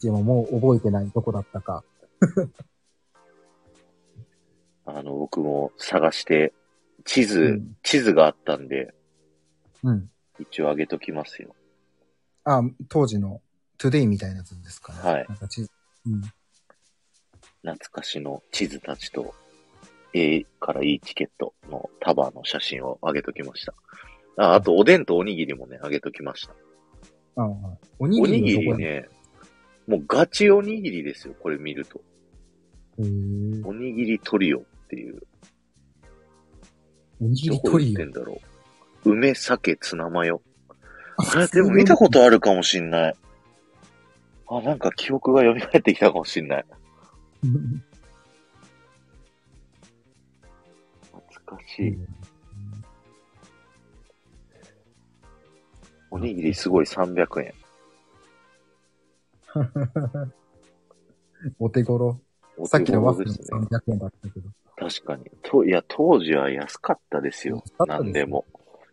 でももう覚えてないどこだったか。あの、僕も探して、地図、うん地図があったんで、うん。一応上げときますよ。あ、当時の Today みたいなやつですかね。はいなんかち、うん。懐かしの地図たちと A から E チケットの束の写真を上げときました。あ、あとおでんとおにぎりもね、上げときました。あはいおにおぎにぎりのとりこに。へね、もうガチおにぎりですよ、これ見ると。ーおにぎりトリオっていう。おにぎどりこトで売っリてオんだろう。梅、酒、ツナマヨ。あれ、でも見たことあるかもしんない。あ、なんか記憶が蘇ってきたかもしんない。うん懐かしい。 おにぎりすごい300円。お手頃。おさ手っきのワッ頃フルですね。 300円だったけど。確かに。と、いや、当時は安かったですよ安か。ったです何でも。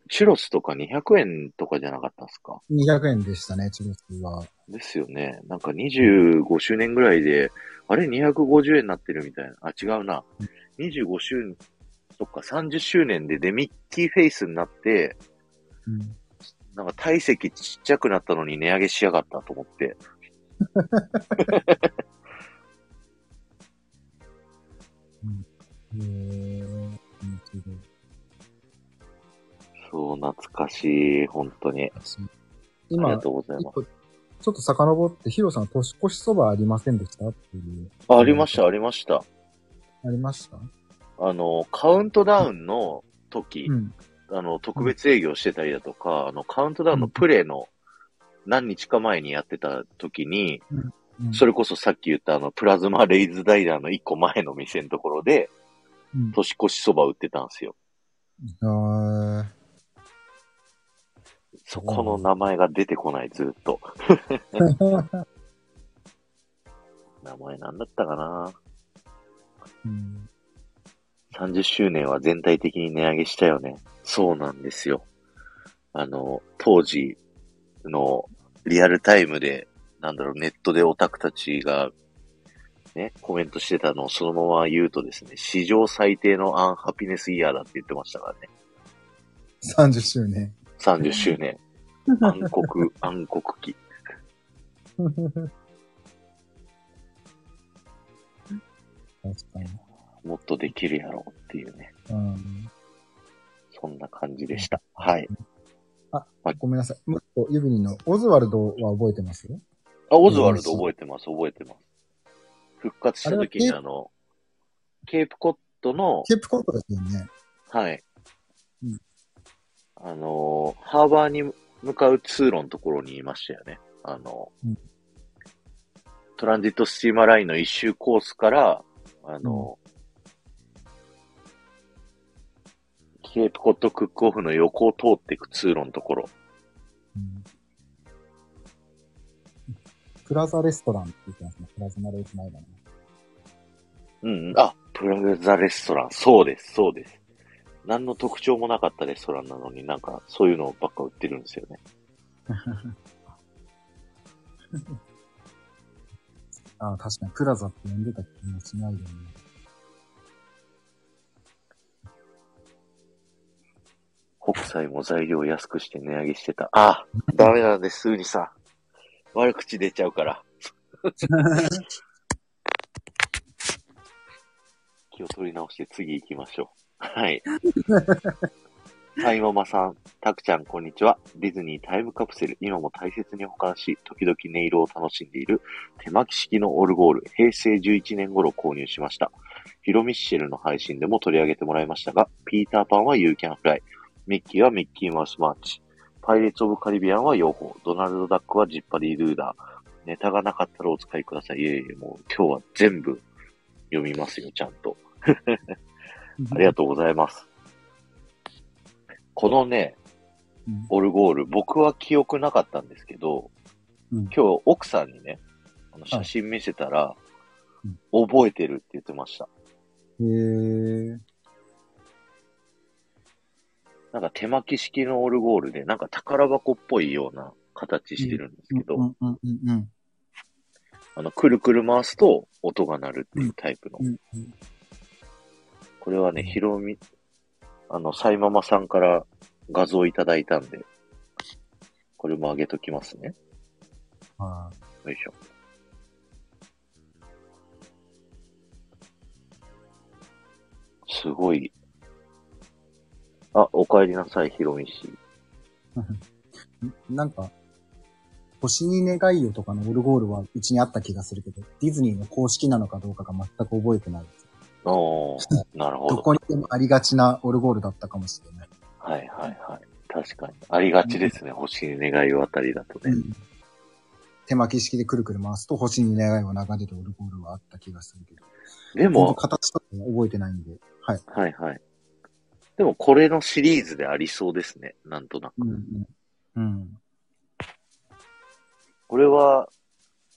チュロスとか200円とかじゃなかったですか200円でしたね、チロスは。ですよね。なんか25周年ぐらいで、あれ250円になってるみたいな。あ、違うな。25周、そっか、30周年でデミッキーフェイスになって、うんなんか体積ちっちゃくなったのに値上げしやがったと思って。へー面白いそう、懐かしい。本当に。ありが今、ちとうございょまっとちょっと遡って、ヒロさん、年越しそばありませんでしたっていう。す。あ、ありました、ありました。ありましたあの、カウントダウンの時、うん。あの、特別営業してたりだとか、あの、カウントダウンのプレイの何日か前にやってた時に、うんそれこそさっき言ったあの、プラズマレイズダイラーの一個前の店のところで、うん年越しそば売ってたんですよ。あそこの名前が出てこない、ずっ と。 ー名前なんだったかなうん30周年は全体的に値上げしたよね。そうなんですよ。あの、当時のリアルタイムで、なんだろう、ネットでオタクたちが、ね、コメントしてたのをそのまま言うとですね、史上最低のアンハピネスイヤーだって言ってましたからね。 30周年。 30周年。暗黒、暗黒期。確かに。もっとできるやろうっていうね。うん、そんな感じでした。はい。ごめんなさい。もう一個、ユビニのオズワルドは覚えてますあ、オズワルド覚えてます、覚えてます。復活した時にあれあの、ケープコットの、ケープコートですよね。はいうん。あのー、ハーバーに向かう通路のところにいましたよね。あのうん、トランジットスチーマーラインの一周コースから、あの、ケープコットクックオフの横を通っていく通路のところ。うんプラザレストランって言ってますね。プラズマレース前だね。うんうん。あ、プラザレストラン。そうです、そうです。何の特徴もなかったレストランなのになんかそういうのばっか売ってるんですよね。ああ、確かにプラザって呼んでた気もしないよね。北斎も材料を安くして値上げしてた。あ、ダメなんです、ウニさん。悪口出ちゃう から。気を取り直して次行きましょう。 はい。タイママさん、たくちゃん、こんにちは。ディズニータイムカプセル、今も大切に保管し、時々音色を楽しんでいる手巻き式のオルゴール、平成11年頃購入しました。ヒロミッシェルの配信でも取り上げてもらいましたが、ピーターパンは You Can Fly、ミッキーはミッキーマウスマーチ、パイレーツ・オブ・カリビアンは養蜂、ドナルド・ダックはジッパリー・ルーダー、ネタがなかったらお使いください。いえいえ、もう今日は全部読みますよ、ちゃんと。ありがとうございます。このね、うんオルゴール、僕は記憶なかったんですけど、うん今日奥さんにね、あの写真見せたら、覚えてるって言ってました。へえ。なんか手巻き式のオルゴールで、なんか宝箱っぽいような形してるんですけど、うんうんうんうん。あの、くるくる回すと音が鳴るっていうタイプの。うんこれはね、ひろみ、あの、サイママさんから画像いただいたんで、これも上げときますね。はよいしょ。すごい。あ、お帰りなさい、ひろみ氏。い。なんか、星に願いよとかのオルゴールはうちにあった気がするけど、ディズニーの公式なのかどうかが全く覚えてない。あ あ、なるほどど。こにでもありがちなオルゴールだったかもしれない。はいはいはい。確かに。ありがちですね、星に願いをあたりだとね。手巻き式でくるくる回すと星に願いを流れるオルゴールはあった気がするけど。でほんとも、形とかも覚えてないんで。はい。はいはい。でもこれのシリーズでありそうですね、なんとなく。うん。うん。これは、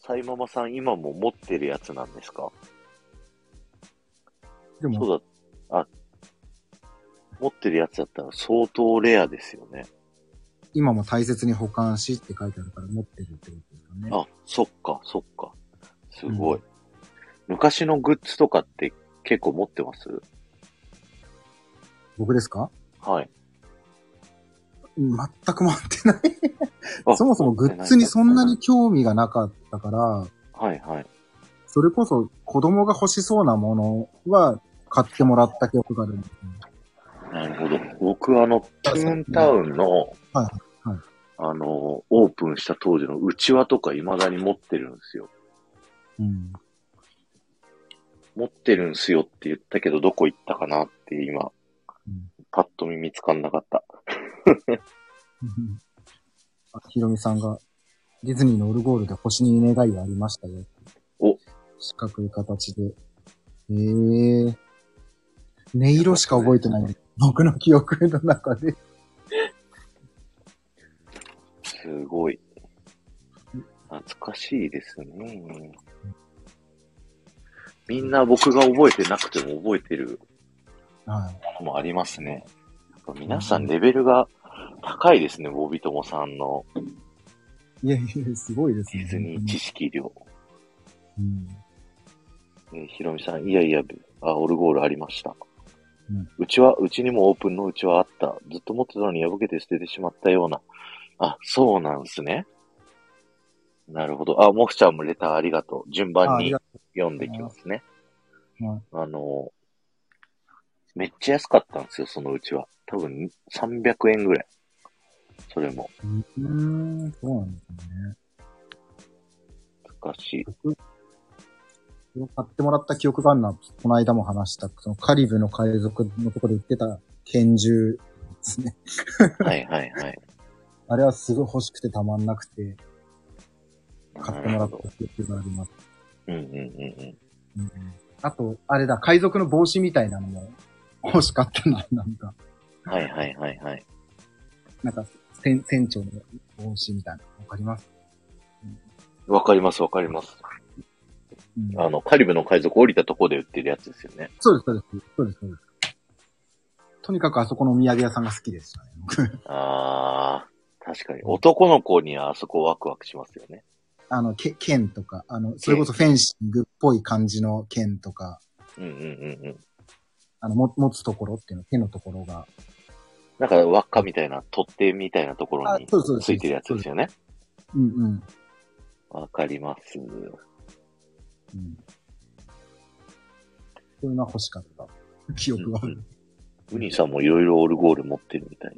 サイママさん今も持ってるやつなんですかでも、そうだ、あ、持ってるやつだったら相当レアですよね。今も大切に保管しって書いてあるから持ってるってことですかね。あ、そっか、そっか。すごい。昔のグッズとかって結構持ってます僕ですかはい。全く持ってなあい。そもそもグッズにそんなに。興味がなかったから、はいはい。それこそ子供が欲しそうなものは買ってもらった記憶があるんですね。なるほど。僕、あの、トゥーンタウンの、はいはいあの、オープンした当時のうちわとか未だに持ってるんですよ。うん。持ってるんすよって言ったけど、どこ行ったかなって今、うんパッと見見つかんなかった。あひろみさんが、ディズニーのオルゴールで星に願いがありましたよ。お四角い形で。ええー。音色しか覚えてない。僕の記憶の中で。すごい。懐かしいですね。みんな僕が覚えてなくても覚えてるはい。ものもありますね。やっぱ皆さんレベルが高いですね、ボビトモさんのいやいや、すごいですデね。ィズニー知識量。うん。えーひろみさん、いやいや、あ、オルゴールありました。ううんちは、うちにもオープンのうちはあった。ずっと持ってたのに破けて捨ててしまったような。あ、そうなんすね。なるほど。あ、モフちゃんもレターありがとう。順あ番ありにがと読んでいきますね。はいあの、めっちゃ安かったんですよ、そのうちは。多分300円ぐらい。それもう。うーん、そうなんですね。難しい。買ってもらった記憶があるのは、この間も話した、そのカリブの海賊のところで売ってた拳銃ですね。はいはいはい。あれはすごい欲しくてたまんなくて、 買ってもらなるっほどた記憶があります。うんうんうんうん。うんあと、あれだ、海賊の帽子みたいなのも欲しかったな、なんか。はいはいはいはい。なんか、船船長の帽子みたいな。わかります、わかりますわかります。うんあの、カリブの海賊降りたとこで売ってるやつですよね。そうです、そうです。そうです、そうです。とにかくあそこのお土産屋さんが好きでしたね、僕。あー、確かに。男の子にはあそこワクワクしますよね。あの、け剣とか、あの、それこそフェンシングっぽい感じの剣とか、うんうんうんうん。あの、も持つところっていうの、手のところが。なんか輪っかみたいな、取っ手みたいなところにあそうそうそうついてるやつですよね。うんうん。わかります。うん。そういうのは欲しかった。記憶がある。ウニさんもいろいろオルゴール持ってるみたい。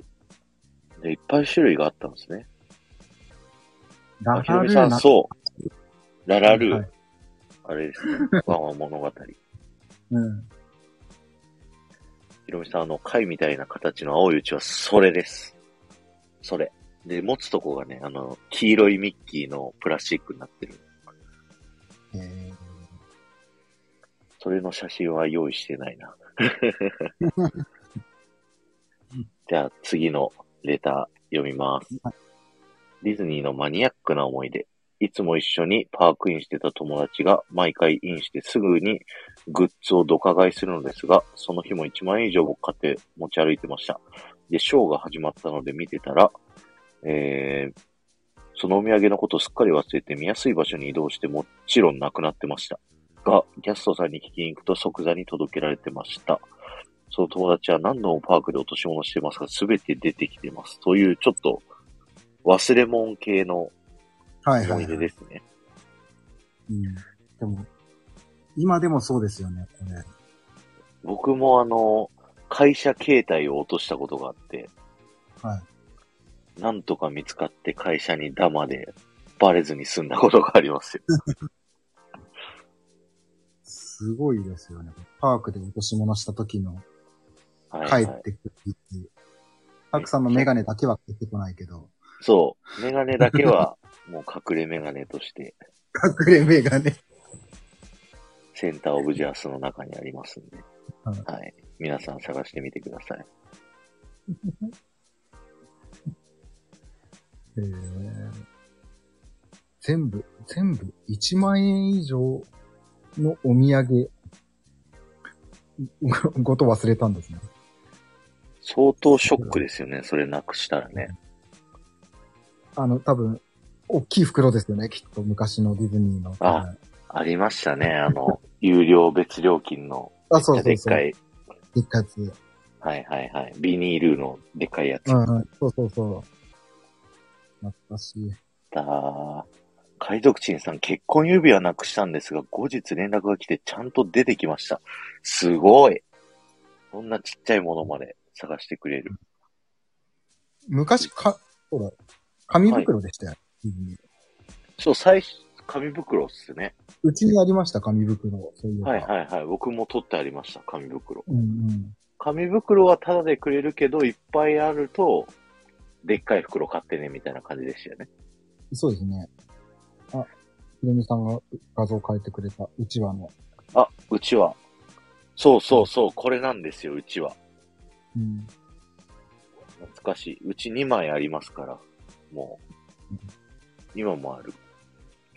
で、いっぱい種類があったんですね。あ、ラひろラルみーさん、ナそう。ララルー、はいあれですね。ワンワン物語。うん。ひろみさん、あの、貝みたいな形の青いうちは、それです。それ。で、持つとこがね、あの、黄色いミッキーのプラスチックになってる。えーそれの写真は用意してないな。じゃあ、次のレター読みます。ディズニーのマニアックな思い出。いつも一緒にパークインしてた友達が毎回インしてすぐにグッズをドカ買いするのですが、その日も1万円以上僕買って持ち歩いてました。で、ショーが始まったので見てたら、えー、そのお土産のことをすっかり忘れて見やすい場所に移動してもちろんなくなってました。が、キャストさんに聞きに行くと即座に届けられてました。その友達は何度もパークで落とし物してますが、すべて出てきてます。という、ちょっと、忘れ物系のはいは思い、い出はい。ですね。うん。でも、今でもそうですよね、これ。僕もあの、会社携帯を落としたことがあって、はなんとか見つかって会社にダマでバレずに済んだことがありますよ。すごいですよね。パークで落とし物した時のはい、は帰い。ってくるっていう。たくさんのメガネだけは出てこない けど、そう。メガネだけは、 もう隠れメガネとして、隠れメガネ。センターオブジャースの中にありますんで、うんはい。皆さん探してみてください。えー全部、全部1万円以上のお土産 ごごと忘れたんですね。相当ショックですよね、それなくしたらね。あの、多分、大きい袋ですよね、きっと昔のディズニーの。あありましたね、あの、 有料別料金の、あ、そうそでうっそう。かでい、っかいやつ。はいはいはい、ビニールのでっかいやつうだっんうん、そうそうそう。懐かしい。た。海賊人さん、結婚指輪なくしたんですが、後日連絡が来てちゃんと出てきました。すごいこんなちっちゃいものまで探してくれる。昔か、そうだ、紙袋でしたよ、ディズニーそう、最初、紙袋っすね。うちにありました、紙袋。そういうはいはいはい。僕も取ってありました、紙袋。うんうん。紙袋はタダでくれるけど、いっぱいあると、でっかい袋買ってね、みたいな感じでしたよね。そうですね。あ、ひろみさんが画像変えてくれた、うちわの。あ、うちは。そうそうそう、これなんですよ、うちは。うん。懐かしい。うち2枚ありますから、もううん。今もある。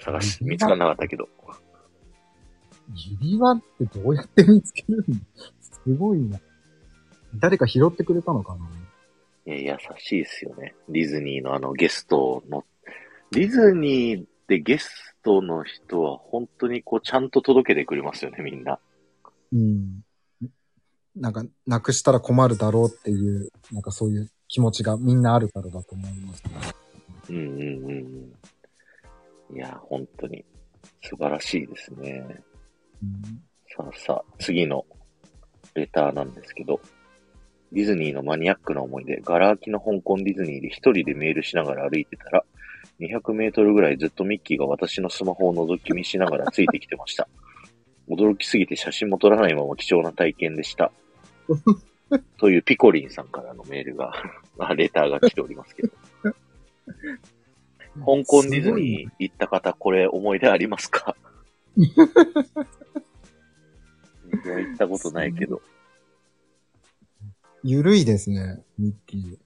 探し、 見つからなかったけど。指輪ってどうやって見つけるのすごいな。誰か拾ってくれたのかないや、優しいですよね。ディズニーのあのゲストの、ディズニーでゲストの人は本当にこう、ちゃんと届けてくれますよね、みんな。うん。なんか、なくしたら困るだろうっていう、なんかそういう気持ちがみんなあるからだと思います。うんうんうんうん。いや、本当に素晴らしいですね。うん。さあさあ、次のレターなんですけど、ディズニーのマニアックな思い出、ガラ空きの香港ディズニーで一人でメールしながら歩いてたら、200メートルぐらいずっとミッキーが私のスマホを覗き見しながらついてきてました。驚きすぎて写真も撮らないまま貴重な体験でした。というピコリンさんからのメールが、 あレターが来ておりますけど。香港ディズニー行った方、これ思い出ありますか僕は行ったことないけど、ゆるいですね、ミッキー。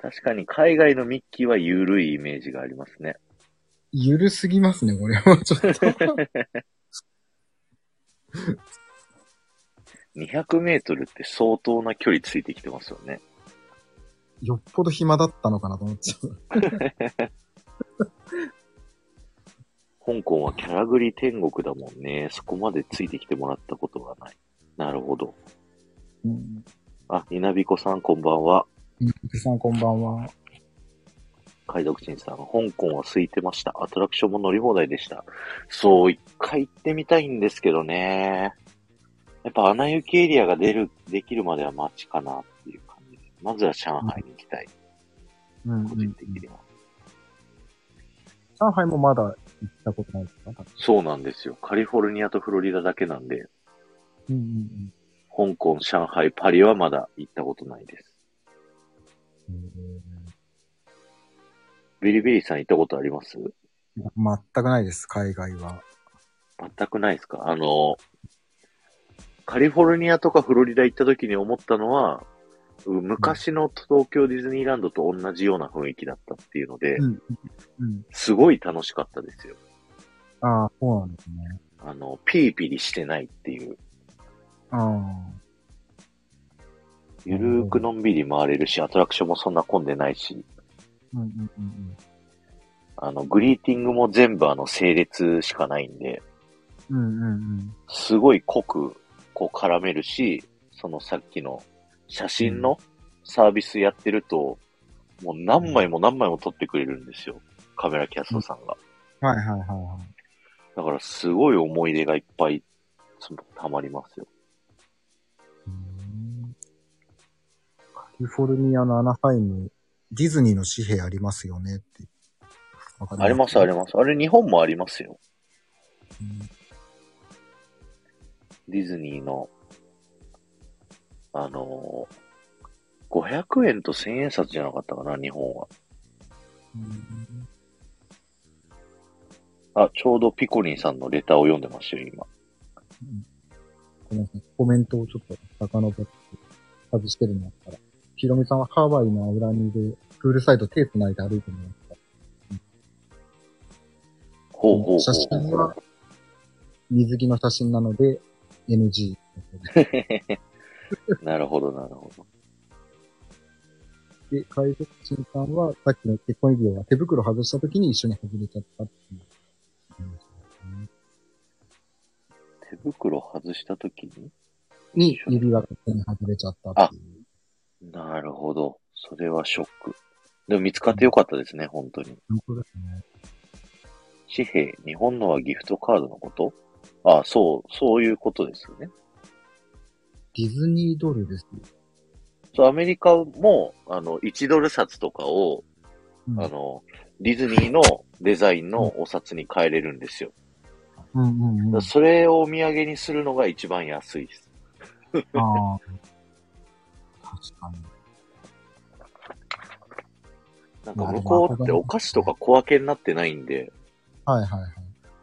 確かに海外のミッキーは緩いイメージがありますね。ゆるすぎますね、これは。ちょっ と。 200メートルって相当な距離ついてきてますよね。よっぽど暇だったのかなと思っちゃう。香港はキャラグリ天国だもんね。そこまでついてきてもらったことがない。なるほど。うん。あ、稲びこさんこんばんは。さんこんばんは。海賊人さん、香港は空いてました。アトラクションも乗り放題でした。そう、一回行ってみたいんですけどね。やっぱ穴行きエリアが出る、できるまでは街かなっていう感じで。まずは上海に行きたい。うん個人的には。上海もまだ行ったことないですかそうなんですよ。カリフォルニアとフロリダだけなんで、うんうんうん。香港、上海、パリはまだ行ったことないです。えビリビリさん行ったことありますー全くないです、海外は。全くないですかあの、カリフォルニアとかフロリダ行った時に思ったのは、う昔の東京ディズニーランドと同じような雰囲気だったっていうので、うん。うん。すごい楽しかったですよ。ああ、そうなんですね。あの、ピリピリしてないっていう、ああ。ゆるーくのんびり回れるし、アトラクションもそんな混んでないし、うんうんうんうん。あの、グリーティングも全部あの、整列しかないんで、うんうんうん。すごい濃く、こう絡めるし、そのさっきの写真のサービスやってると、もう何枚も何枚も撮ってくれるんですよ。カメラキャストさんが。はいはいはいはい。だからすごい思い出がいっぱいつ溜まりますよ。うーんカリフォルニアのアナハイム、ディズニーの紙幣ありますよねって。わかありますありまます。あれ日本もありますよ。す。うんディズニーの、あのー500円と1000円札じゃなかったかな、日本は。うんあ、ちょうどピコリンさんのレターを読んでましたよ、今。ごめんなさい。コメントをちょっと遡って外してるのだったら。ヒロミさんはハワイのアウラニでプールサイドテープ巻いて歩いてもらった。ほうほうほう。写真は水着の写真なので NG。なるほど、なるほど。で、海賊新さんはさっきの結婚指輪は手袋外した時に一緒に外れちゃったっていう。手袋外したときにに指輪が勝手に外れちゃったっていう。なるほど。それはショック。でも見つかってよかったですね、本当に。本当です紙ね。幣、日本のはギフトカードのことあそう、そういうことですよね。ディズニードルです。そう、アメリカも、あの、1ドル札とかを、うんあの、ディズニーのデザインのお札に変えれるんですよ。うんうんうん。だからあそれをお土産にするのが一番安いです。あ。確かに。なんか向こうってお菓子とか小分けになってないんで、はいはいはい。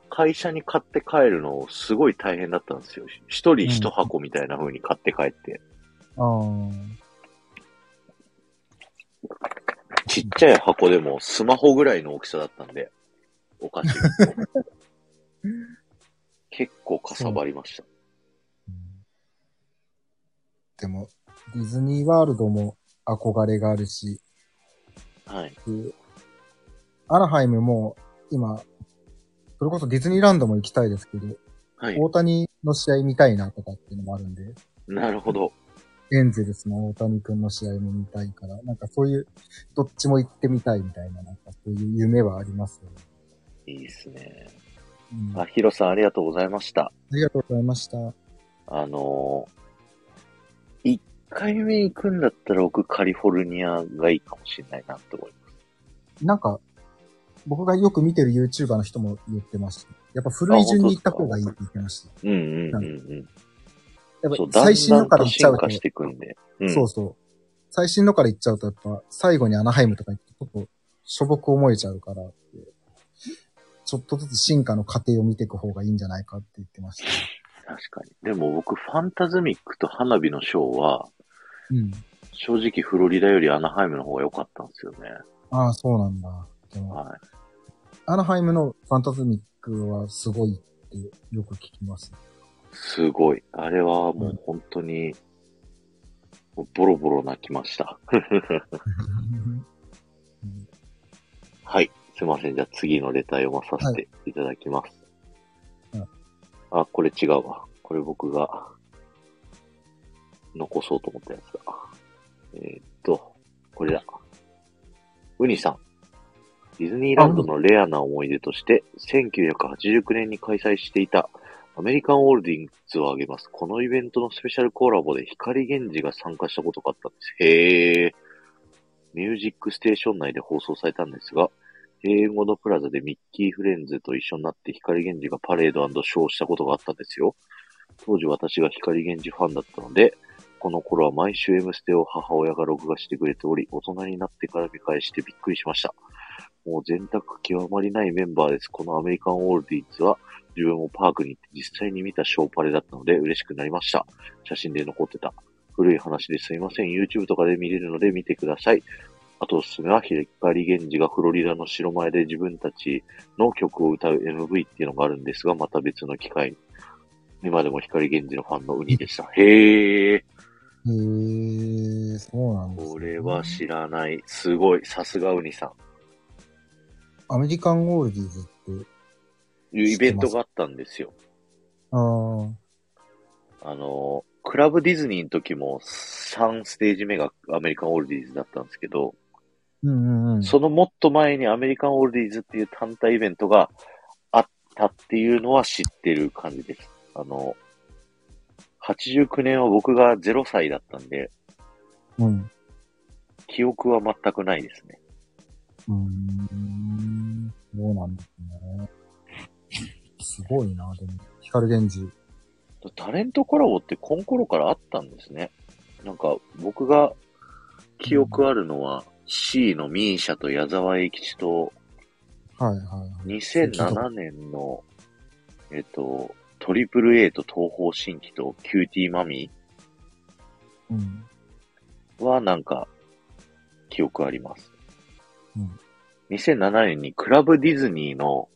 会社に買って帰るのすごい大変だったんですよ。一人一箱みたいな風に買って帰って。ああ。ちっちゃい箱でもスマホぐらいの大きさだったんで、お菓子が。 結構かさばりました。うんでも、ディズニーワールドも憧れがあるし、はい。でアナハイムも今、それこそディズニーランドも行きたいですけど、はい。大谷の試合見たいなとかっていうのもあるんで、なるほど。エンゼルスの大谷君の試合も見たいから、なんかそういう、どっちも行ってみたいみたいな、なんかそういう夢はありますよね。いいですね。うん、あ、あヒロさんありがとうございました。りがとうございました。うあのー、一回目行くんだったら僕カリフォルニアがいいかもしれないなって思います。なんか、僕がよく見てる YouTuber の人も言ってました。やっぱ古い順に行った方がいいって言ってました。うんうんうんうん。やっそう、ぱだん最新だのんからと行っちゃ進うと化、していくんで。うん、そうそう。最新のから行っちゃうと、やっぱ最後にアナハイムとか行って、ちょっとしょぼく思えちゃうからって、ちょっとずつ進化の過程を見ていく方がいいんじゃないかって言ってました。確かに。でも僕、ファンタズミックと花火のショーは、うん。正直フロリダよりアナハイムの方が良かったんですよね。ああ、そうなんだ。でも、はアナハイムのファンタズミックはすごいってよく聞きます。い。すごい。あれはもう本当に、もうボロボロ泣きました。はい。すいません。じゃあ次のレター読まさせていただきます。はいあ、これ違うわ。これ僕が残そうと思ったやつだ。えーっと、これだ。ウニさん。ディズニーランドのレアな思い出として、1989年に開催していたアアメリカンオールディングスを挙げます。このイベントのスペシャルコラボで光源氏が参加したことがあったんです。へえ。ミュージックステーション内で放送されたんですが、閉園後のプラザでミッキーフレンズと一緒になって光源氏がパレードショーをしたことがあったんですよ。当時私が光源氏ファンだったので、この頃は毎週 M ステを母親が録画してくれており、大人になってから見返してびっくりしました。もう全卓極まりないメンバーです。このアメリカンオールディーズは自分もパークに行って実際に見たショーパレだったので嬉しくなりました。写真で残ってた。古い話ですいません。YouTube とかで見れるので見てください。あとおすすめは、ヒレカリゲンジがフロリダの城前で自分たちの曲を歌う MV っていうのがあるんですが、また別の機会に。今でも光源氏のファンのウニでした。へー。へえ、そうなんです、ね。これは知らない。すごい。さすがウニさん。アメリカンゴールディーズって、いうイベントがあったんですよ。ああ、あの、クラブディズニーの時も3ステージ目がアメリカンオールディーズだったんですけど、うんうんうん。そのもっと前にアメリカンオールディーズっていう単体イベントがあったっていうのは知ってる感じです。あの、89年は僕が0歳だったんで、うん。記憶は全くないですね。うーん。そうなんですね。すごいな、でも。光源氏。タレントコラボってこの頃からあったんですね。なんか僕が記憶あるのは C のミーシャと矢沢永吉とはいはいはい。 2007年の、えっと、トリプル A と東方神起とキューティーマミうん。ーはなんか記憶あります。うん2007年にクラブディズニーの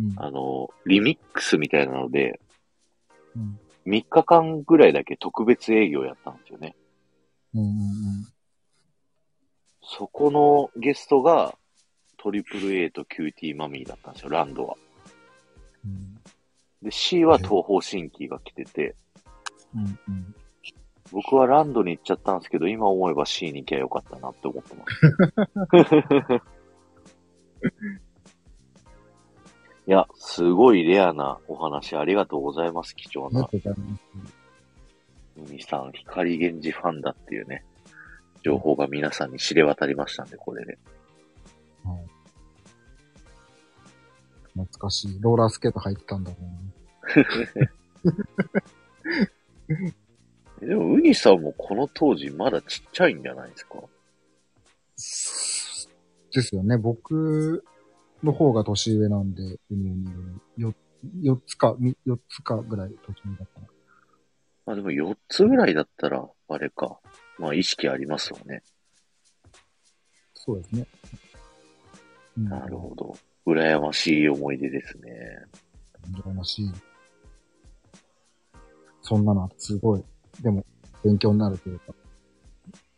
うん。あの、リミックスみたいなので、うん。 3日間ぐらいだけ特別営業やったんですよね。うんうんそこのゲストが、トリプル A とキューティーマミーだったんですよ、ランドは。うん。で、C は東方神起が来てて、うんうん。僕はランドに行っちゃったんですけど、今思えば C に行きゃよかったなって思ってます。いや、すごいレアなお話ありがとうございます、貴重ありがなと。うございます。海さん、光源氏ファンだっていうね、情報が皆さんに知れ渡りましたんで、これで。懐かしい。ローラースケート入ってたんだろうな。でも、ウニさんもこの当時まだちっちゃいんじゃないですかですよね。僕の方が年上なんで、ウニウニよ4つか、み四つかぐらい年上だったな。まあでも4つぐらいだったら、あれか。まあ意識ありますよね。そうですね。うんなるほど。羨ましい思い出ですね。羨ましい。そんなのはすごい。でも、勉強になるというか。い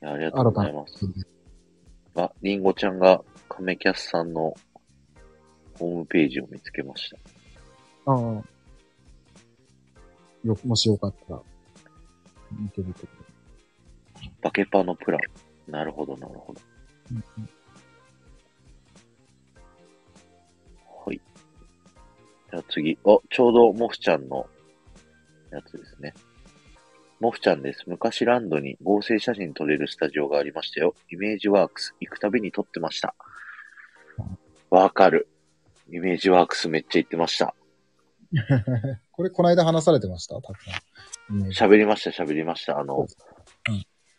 やありがとうございます。そうですあ、リンゴちゃんが亀キャスさんのホームページを見つけました。ああ。よ、もしよかったら、見てみてくバケパのプラン。なるほど、なるほど。だはい。じゃあ次。あ、ちょうどモフちゃんのやつですね。モフちゃんです。昔ランドに合成写真撮れるスタジオがありましたよ。イメージワークス。行くたびに撮ってました。わかる。イメージワークスめっちゃ行ってました。い。これ、この間話されてましたたくさん。うん喋りました、喋りました。あの、うん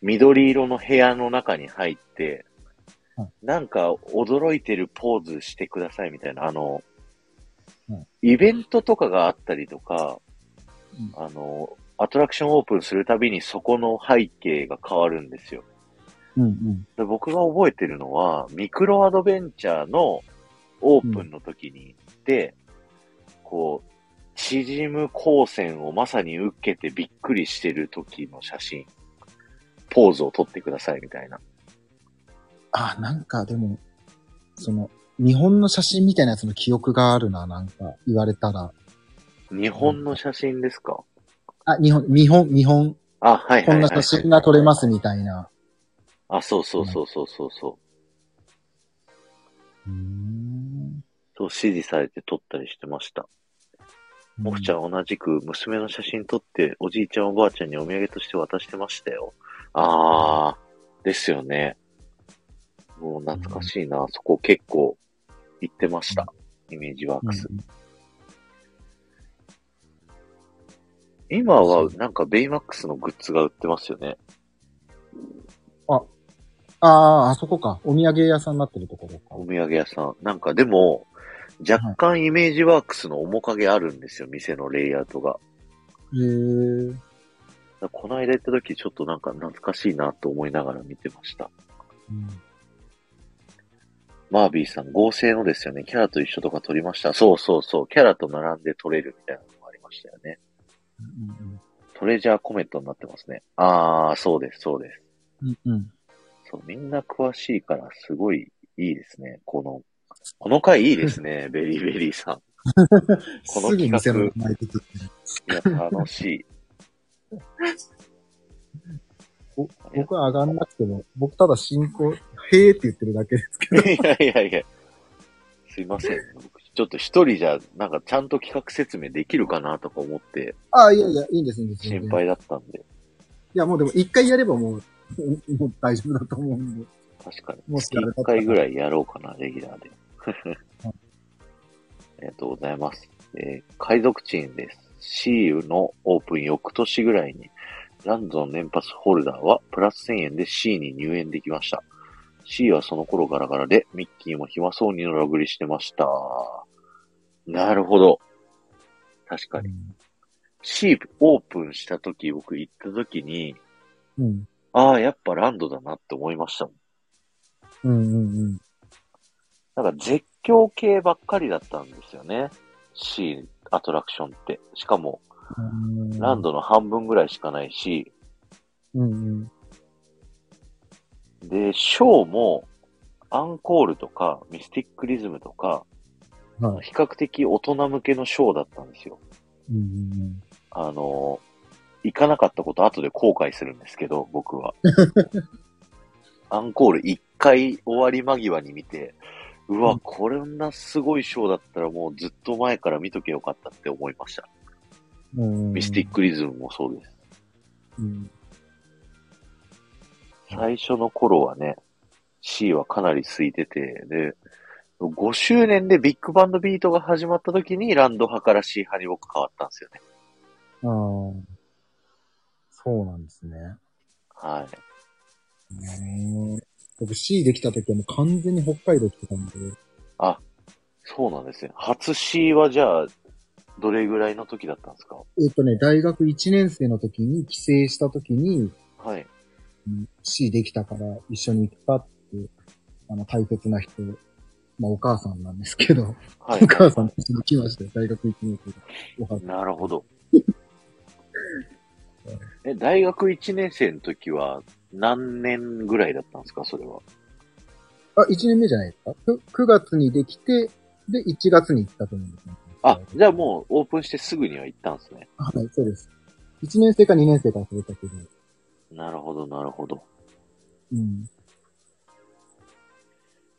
緑色の部屋の中に入ってうん、なんか驚いてるポーズしてくださいみたいな、あのうん、イベントとかがあったりとかうん、あの、アトラクションオープンするたびにそこの背景が変わるんですよ。うんうん。で僕が覚えてるのは、ミクロアドベンチャーのオープンの時に行って、こう、縮む光線をまさに受けてびっくりしてる時の写真、ポーズを撮ってくださいみたいな。あ、なんかでも、その、日本の写真みたいなやつの記憶があるな、なんか言われたら。日本の写真ですかあ、日本、日本、日本、あ、はいはいはい、はい。こんな写真が撮れますみたいな。あ、そうそうそうそうそうそう。うーんそう指示されて撮ったりしてました。もふちゃんは同じく娘の写真撮って、おじいちゃんおばあちゃんにお土産として渡してましたよ。あー、ですよね。もう懐かしいな。そこ結構行ってました。イメージワークス。今はなんかベイマックスのグッズが売ってますよね。ああ、あそこか。お土産屋さんになってるところかお。土産屋さん。なんかでも、若干イメージワークスの面影あるんですよ。店のレイアウトが。へえ。だからこの間行った時ちょっとなんか懐かしいなと思いながら見てました。うんマービーさん、合成のですよね。キャラと一緒とか撮りました。そうそうそう。キャラと並んで撮れるみたいなのもありましたよね。うんトレジャーコメントになってますね。あー、そうです、そうです。うんうんうん。そう、みんな詳しいから、すごいいいですね。この、この回いいですね、ベリーベリーさん。このすぐ企画店の名前出てくる。いや、楽しい。お僕は上がんなくても、僕ただ進行、へーって言ってるだけですけど。いやいやいや。すいません。僕ちょっと一人じゃ、なんかちゃんと企画説明できるかなとか思ってああ、いやいや、いいんです、いいんです。心配だったんで。いや、もうでも一回やればもう、もう大丈夫だと思うんで。確かに。もしやれたら1回ぐらいやろうかな、レギュラーで。ありがとうございます。えー海賊チームです。シーウのオープン翌年ぐらいに、ランドの年パスホルダーはプラス1000円で C に入園できました。C はその頃ガラガラで、ミッキーも暇そうにのらぐりしてました。なるほど。確かに。C オープンした時、僕行った時に、うん。ああ、やっぱランドだなって思いましたもん。うんうんうん。なんか絶叫系ばっかりだったんですよね。C アトラクションって。しかも、うんランドの半分ぐらいしかないし、うんうん。で、ショーも、アンコールとか、ミスティックリズムとか、は比較的大人向けのショーだったんですよ。うんうんあの、行かなかったこと後で後悔するんですけど、僕 は。アンコール1回終わり間際に見て、ううわん、こんなすごいショーだったらもうずっと前から見とけよかったって思いました。うん。ミスティックリズムもそうです。うん。最初の頃はね、C はかなり空いてて、で、5周年でビッグバンドビートが始まった時にランド派から C 派に僕変わったんですよね。ああ。そうなんですね。はい。ねえ僕 C できた時はもう完全に北海道来てたんで、そうなんですね。初 C はじゃあ、どれぐらいの時だったんですかえっ、とね、大学1年生の時に帰省した時にはい。うん C できたから一緒に行くかって、あの、大切な人、まあお母さんなんですけど、は お母さんい。と一緒に来ましたよ、大学1年生で。おはなるほど。え、大学1年生の時は何年ぐらいだったんですかそれは。あ、1年目じゃないですか 9, 月にできて、で、1月に行ったと思うんですよあ、じゃあもうオープンしてすぐには行ったんですね。はい、そうです。1年生か2年生からそれたけど、なるほど、なるほど。うん。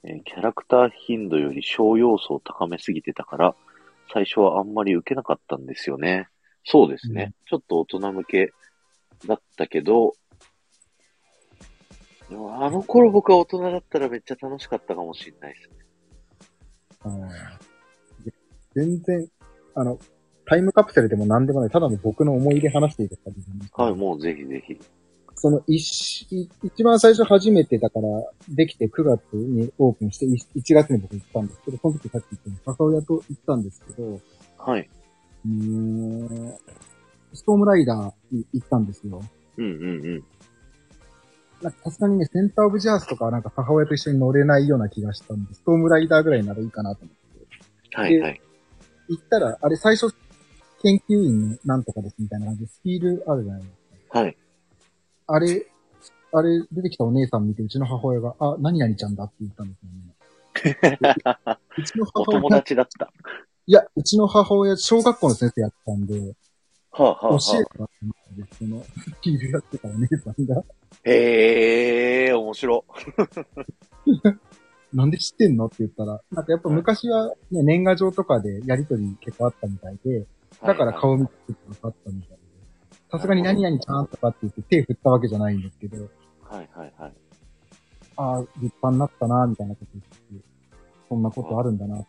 えーキャラクター頻度より小要素を高めすぎてたから、最初はあんまり受けなかったんですよね。そうですね。ちょっと大人向けだったけど、でもあの頃僕は大人だったらめっちゃ楽しかったかもしれないですね。あー全然、あの、タイムカプセルでも何でもない、ただの僕の思い出話していいですかはい、もうぜひぜひ。その一、一番最初初めてだから、できて9月にオープンして、1月に僕行ったんですけど、その時さっき言ったように母親と行ったんですけど、うはい。ーんストームライダーに行ったんですよ。うんうんうん。なんかさすがにね、センターオブジャースとかはなんか母親と一緒に乗れないような気がしたんで、ストームライダーぐらいならいいかなと思って。はいはい。行ったら、あれ最初、研究員のなんとかですみたいな感じで、スピールあるじゃないです はい。か。あれ、あれ出てきたお姉さん見て、うちの母親が、あ、何々ちゃんだって言ったんですよね。うちのお母友親、達だ った。いや、うちの母親、小学校の先生やってたんで、はあ、はあ、は教えてもらってたんですその、スピールやってたお姉さんが、 あ。へえ、面白。なんで知ってんのって言ったら、なんかやっぱ昔は、ね、年賀状とかでやりとり結構あったみたいで、だからはい顔見て分かったみたいで。さすがに何々ちゃんとかって言って手振ったわけじゃないんですけど、はいはいはい。ああ、立派になったな、みたいなこと言って、そんなことあるんだな。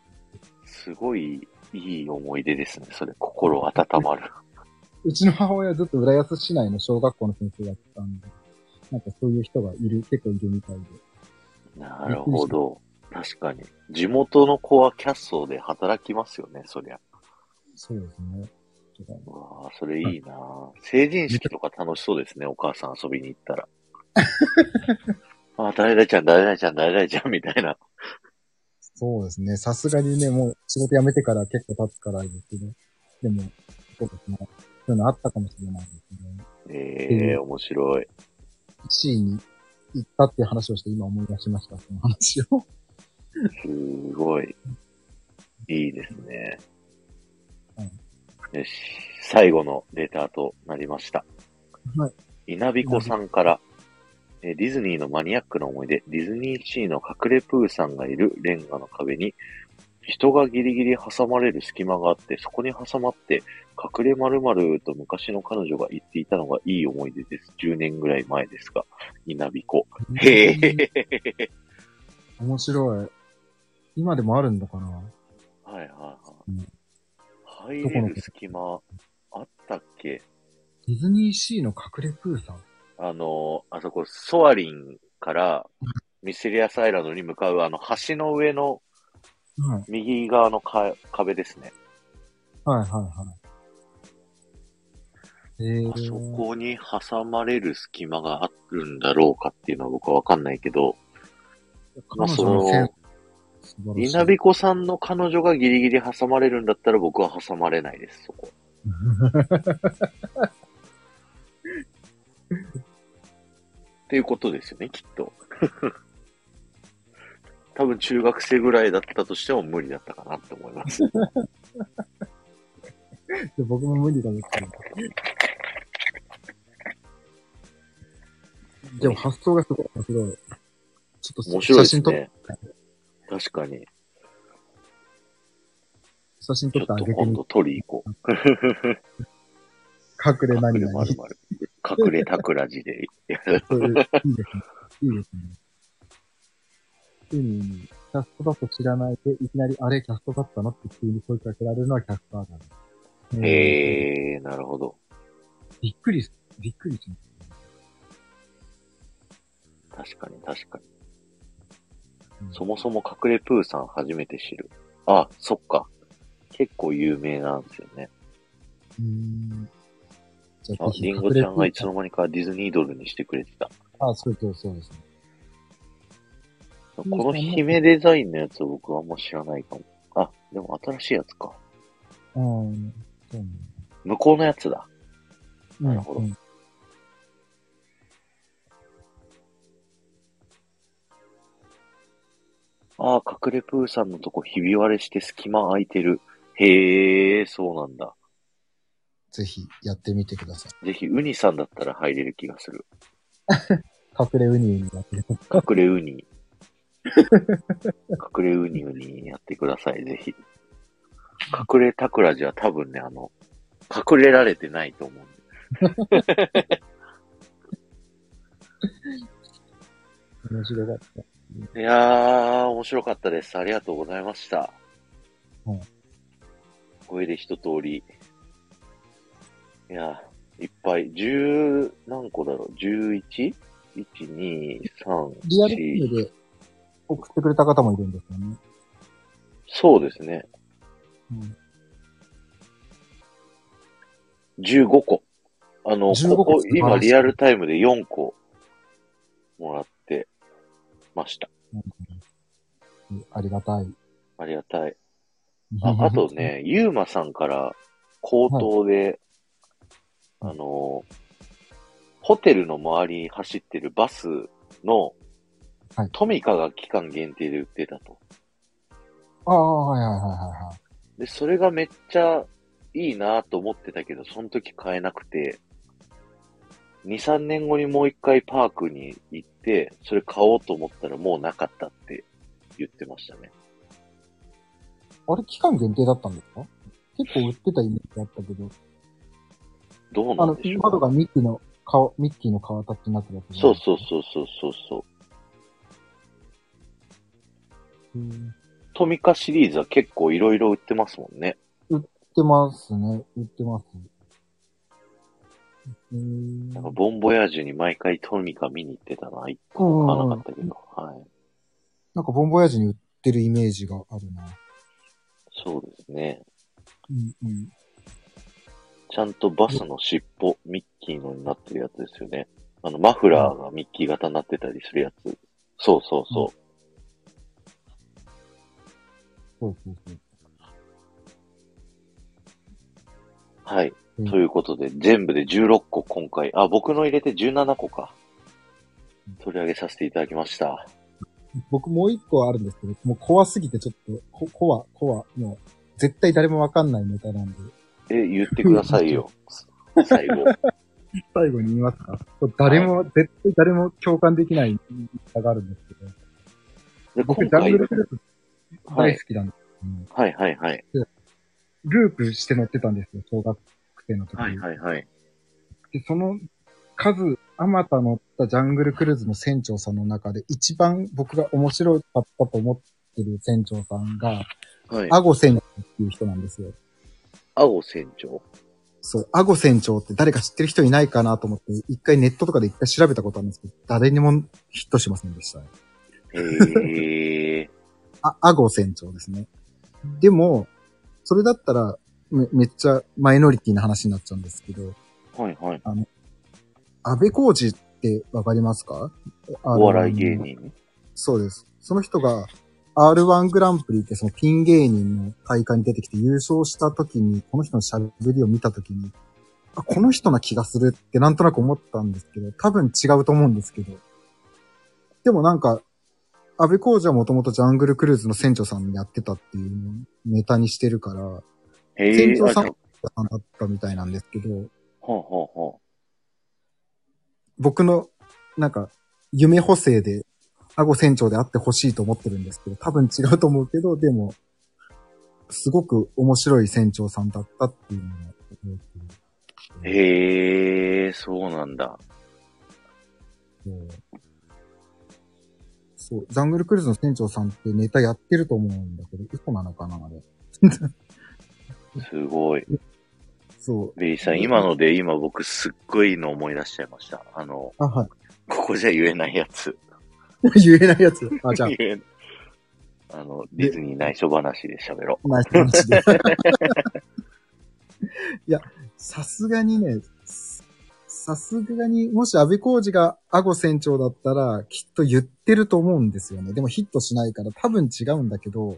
すごいいい思い出ですね。それ、心温ま る。うちの母親はずっと浦安市内の小学校の先生やってたんで、なんかそういう人がいる、結構いるみたいで。なるほど。確かに。地元の子はキャッソーで働きますよね、そりゃ。そうですね。ちょっとうわあ、それいいなあ成人式とか楽しそうですね、お母さん遊びに行ったら。 あ、誰々ちゃん、誰々ちゃん、誰々ちゃん、みたいな。そうですね。さすがにね、もう仕事辞めてから結構経つからですけど、でも、そうですね。そういうのあったかもしれないですね。ええうん面白い。 1位に行ったっていう話をして今思い出しました、その話を。すごい。いいですね。よし。最後のレターとなりました。はい。稲びこさんから、えーディズニーのマニアックな思い出、ディズニーシーの隠れプーさんがいるレンガの壁に、人がギリギリ挟まれる隙間があって、そこに挟まって、隠れ〇〇と昔の彼女が言っていたのがいい思い出です。10年ぐらい前ですが、稲びこ。へえ。面白い。今でもあるんだかなはいはいはうんい。入れる隙間、あったっけディズニーシーの隠れプーさん。あの、あそこ、ソアリンからミステリアスアイランドに向かう、あの、橋の上のはい。右側のか壁ですね。はいはいはい。えー、あそこに挟まれる隙間があるんだろうかっていうのは僕はわかんないけど、まあ彼女のセンス素晴らしい稲彦さんの彼女がギリギリ挟まれるんだったら僕は挟まれないです、そこ。っていうことですよね、きっと。 多分中学生ぐらいだったとしても無理だったかなって思います。で 僕も無理だねっていう。でも発想がすごい面白い。ちょっと面白いで写す真撮っ、ね。確かに。写真ち撮ょっってあとげて今み度取り行こう。隠れ何隠れ々ま。るまる。隠れたくらじ で。そういういいですね。いいですね。海に、キャストだと知らないで、いきなり、あれ、キャストだったのって急に声かけられるのはキャスターだね。ええー、なるほど。ーびっくりす、びっくりします。確かに確かに。うんそもそも隠れプーさん初めて知る。あ、そっか。結構有名なんですよね。うーん。じゃあ、リンゴちゃんがいつの間にかディズニードルにしてくれてた。あ、そうそうそうですね。この姫デザインのやつを僕はあんま知らないかも。あ、でも新しいやつか。うん。そうね。向こうのやつだ。なるほどあー、隠れプーさんのとこひび割れして隙間空いてる。へえ、そうなんだ。ぜひやってみてください。ぜひ、ウニさんだったら入れる気がす る。隠れウニウニやってる。隠れウニ。隠れウニウニやってください、ぜひ。隠れタクラジは多分ね、あの、隠れられてないと思うんで。面白かった。いやー、面白かったです。ありがとうございました。うんこれで一通り。いやー、いっぱい。十、何個だろう ?11?1、2、3、リアルタイ4。ムで送ってくれた方もいるんですよね。そうですね。うん、 15個。あの、 15個ここ、素晴らしい今リアルタイムで4個もらってました。ありがたい。ありがたい。ああと。ね、ゆうまさんから口頭で、はいあの、ホテルの周りに走ってるバスの、はいトミカが期間限定で売ってたと。ああ、はいはいはいはい。で、それがめっちゃいいなと思ってたけど、その時買えなくて、2、3年後にもう一回パークに行って、それ買おうと思ったらもうなかったって言ってましたね。あれ、期間限定だったんですか結構売ってたイメージだったけど、どうあなの、んでキしーょワードう。がミッキーの顔、ミッキーの顔立ちになってたけど。そうそうそうそうそうそう。うん。トミカシリーズは結構いろいろ売ってますもんね。売ってますね。売ってます。うーん。なんかボンボヤージュに毎回トミカ見に行ってたな。一個うん買わなかったけど。はい。なんかボンボヤージュに売ってるイメージがあるな。そうですね。うんうん。ちゃんとバスの尻尾、ミッキーのになってるやつですよね。あの、マフラーがミッキー型になってたりするやつ。そうそうそう。そうそうそう。はい。うんということで、全部で16個今回。あ、僕の入れて17個か。取り上げさせていただきました。僕もう一個あるんですけど、もう怖すぎてちょっと、こ、怖、怖、もう、絶対誰もわかんないネタなんで。え、言ってくださいよ。最後。最後に言いますか誰も、絶対誰も共感できないネタがあるんですけど。で僕、今ジャン回グ、ルクループは大い好。きなんですけど、はいはいはい。ループして乗ってたんですよ、小学生の時に。はいはいはい。で、その数、あまた乗ったジャングルクルーズの船長さんの中で、一番僕が面白かったと思ってる船長さんが、はい。アゴ船長っていう人なんですよ。青船長。そう、アゴ船長って誰か知ってる人いないかなと思って、一回ネットとかで一回調べたことあるんですけど、誰にもヒットしませんでしたね。へ え。あ、アゴ船長ですね。でも、それだったらめ、めっちゃマイノリティな話になっちゃうんですけど、はいはい。安倍浩二ってわかりますかあのお笑い芸人。そうです。その人が R1 グランプリってそのピン芸人の大会に出てきて優勝した時に、この人の喋りを見た時に、あ、この人な気がするってなんとなく思ったんですけど、多分違うと思うんですけど。でもなんか、安倍浩二はもともとジャングルクルーズの船長さんやってたっていうのをネタにしてるから、へ船え。長さんあじゃだったみたいなんですけど、あはあはあはあ。僕の、なんか、夢補正で、アゴ船長であってほしいと思ってるんですけど、多分違うと思うけど、でも、すごく面白い船長さんだったっていうのが覚えてへえ、そうなんだ。るそう、ジャングルクルーズの船長さんってネタやってると思うんだけど、嘘なのかなあれ。すごい。そう。ベイさん、今ので今僕すっごいの思い出しちゃいました。あの、あ、はい。ここじゃ言えないやつ。 言えないやつ。あ、じゃあ言、え あの、ディズニー内緒話で喋ろナイスパンチ で。いや、さすがにね、さすがに、もし安倍浩二がアゴ船長だったら、きっと言ってると思うんですよね。でもヒットしないから多分違うんだけど、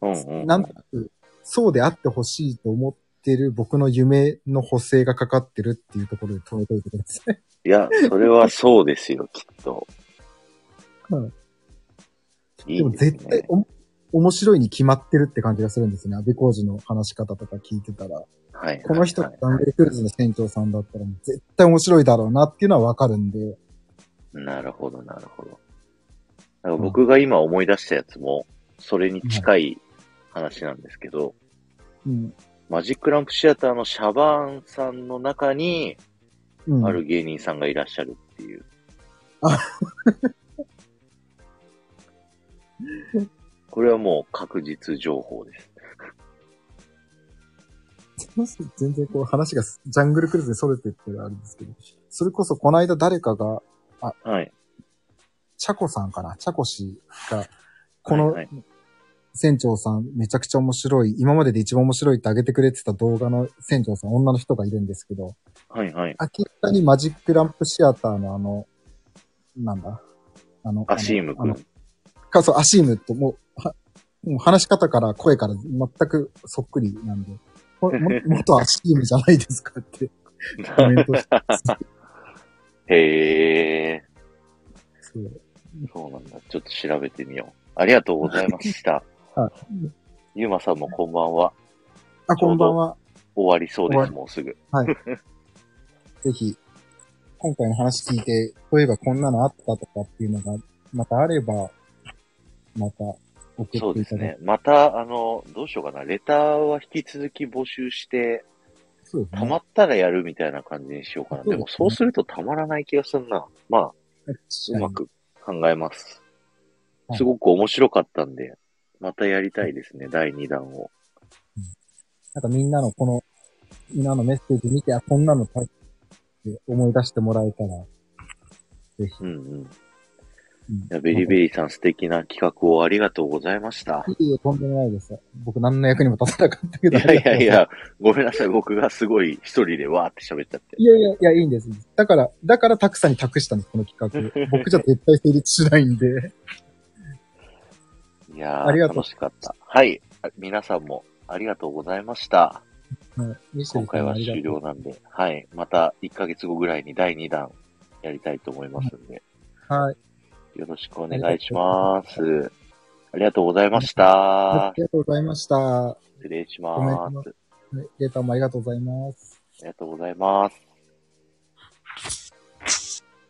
う。うんうん。なんとなく、そうであってほしいと思ってる僕の夢の補正がかかってるっていうところで止めといてください。いや、それはそうです よ、きっと。うんいでいもですね。絶対お、面白いに決まってるって感じがするんですよね。安倍浩二の話し方とか聞いてたら。はい。この人はがいダンベルクルーズの船長さんだったらもう絶対面白いだろうなっていうのはわかるんで。なるほど、なるほど。なんか僕が今思い出したやつも、それに近い話なんですけど、うん。マジックランプシアターのシャバーンさんの中に、うん。ある芸人さんがいらっしゃるっていう。あ これはもう確実情報です。全然こう話がジャングルクルーズに逸れてってるあれですけど。それこそこの間誰かが、はい。チャコさんかなチャコ氏が、このはいはい船長さんめちゃくちゃ面白い、今までで一番面白いってあげてくれてた動画の船長さん、女の人がいるんですけど、はいはい。明らかにマジックランプシアターのあの、なんだあの、アシームあくのん。か、そう、アシームってもう、はもう話し方から声から全くそっくりなんで、も も元アシームじゃないですかってコメントしてへえ、そうそうなんだ。ちょっと調べてみよう。ありがとうございました。 はいゆうまさんもこんばんは。あ、こんばんは。終わりそうで終わす、りもうすぐ。ぜひ、今回の話聞いて、そういえばこんなのあったとかっていうのが、またあれば、また送っていたそだういて。ですね。また、あの、どうしようかな。レターは引き続き募集して、そうです溜ね。まったらやるみたいな感じにしようかな。そうですねでも、そうすると溜まらない気がするな。まあ、うまく考えます。はいすごく面白かったんで、またやりたいですね、第2弾を。なんかみんなのこの、みんなのメッセージ見て、あ、こんなの書いて思い出してもらえたら、うんうん。いうんや、ベリベリーさん素敵な企画をありがとうございました。いいえ、とんでもないです。僕何の役にも立たなかったけいど。やいやい。や、ごめんなさい、僕がすごい一人でわーって喋っちゃって。いやいやいや、いいんです。だから、だからたくさんに託したんです、この 企画。僕じゃ絶対成立しないんで。いやあー、りがとう楽しかった。はい。皆さんもありがとうございました。はいミシ今ェルさん回もはありがと終う了なんで、はい。また1ヶ月後ぐらいに第2弾やりたいと思いますんで、はい。よろしくお願いします。ありがとうございましたあ。りがとうございました。は失礼しごめんまなす。いレーターもありがとうございます。ありがとうございます。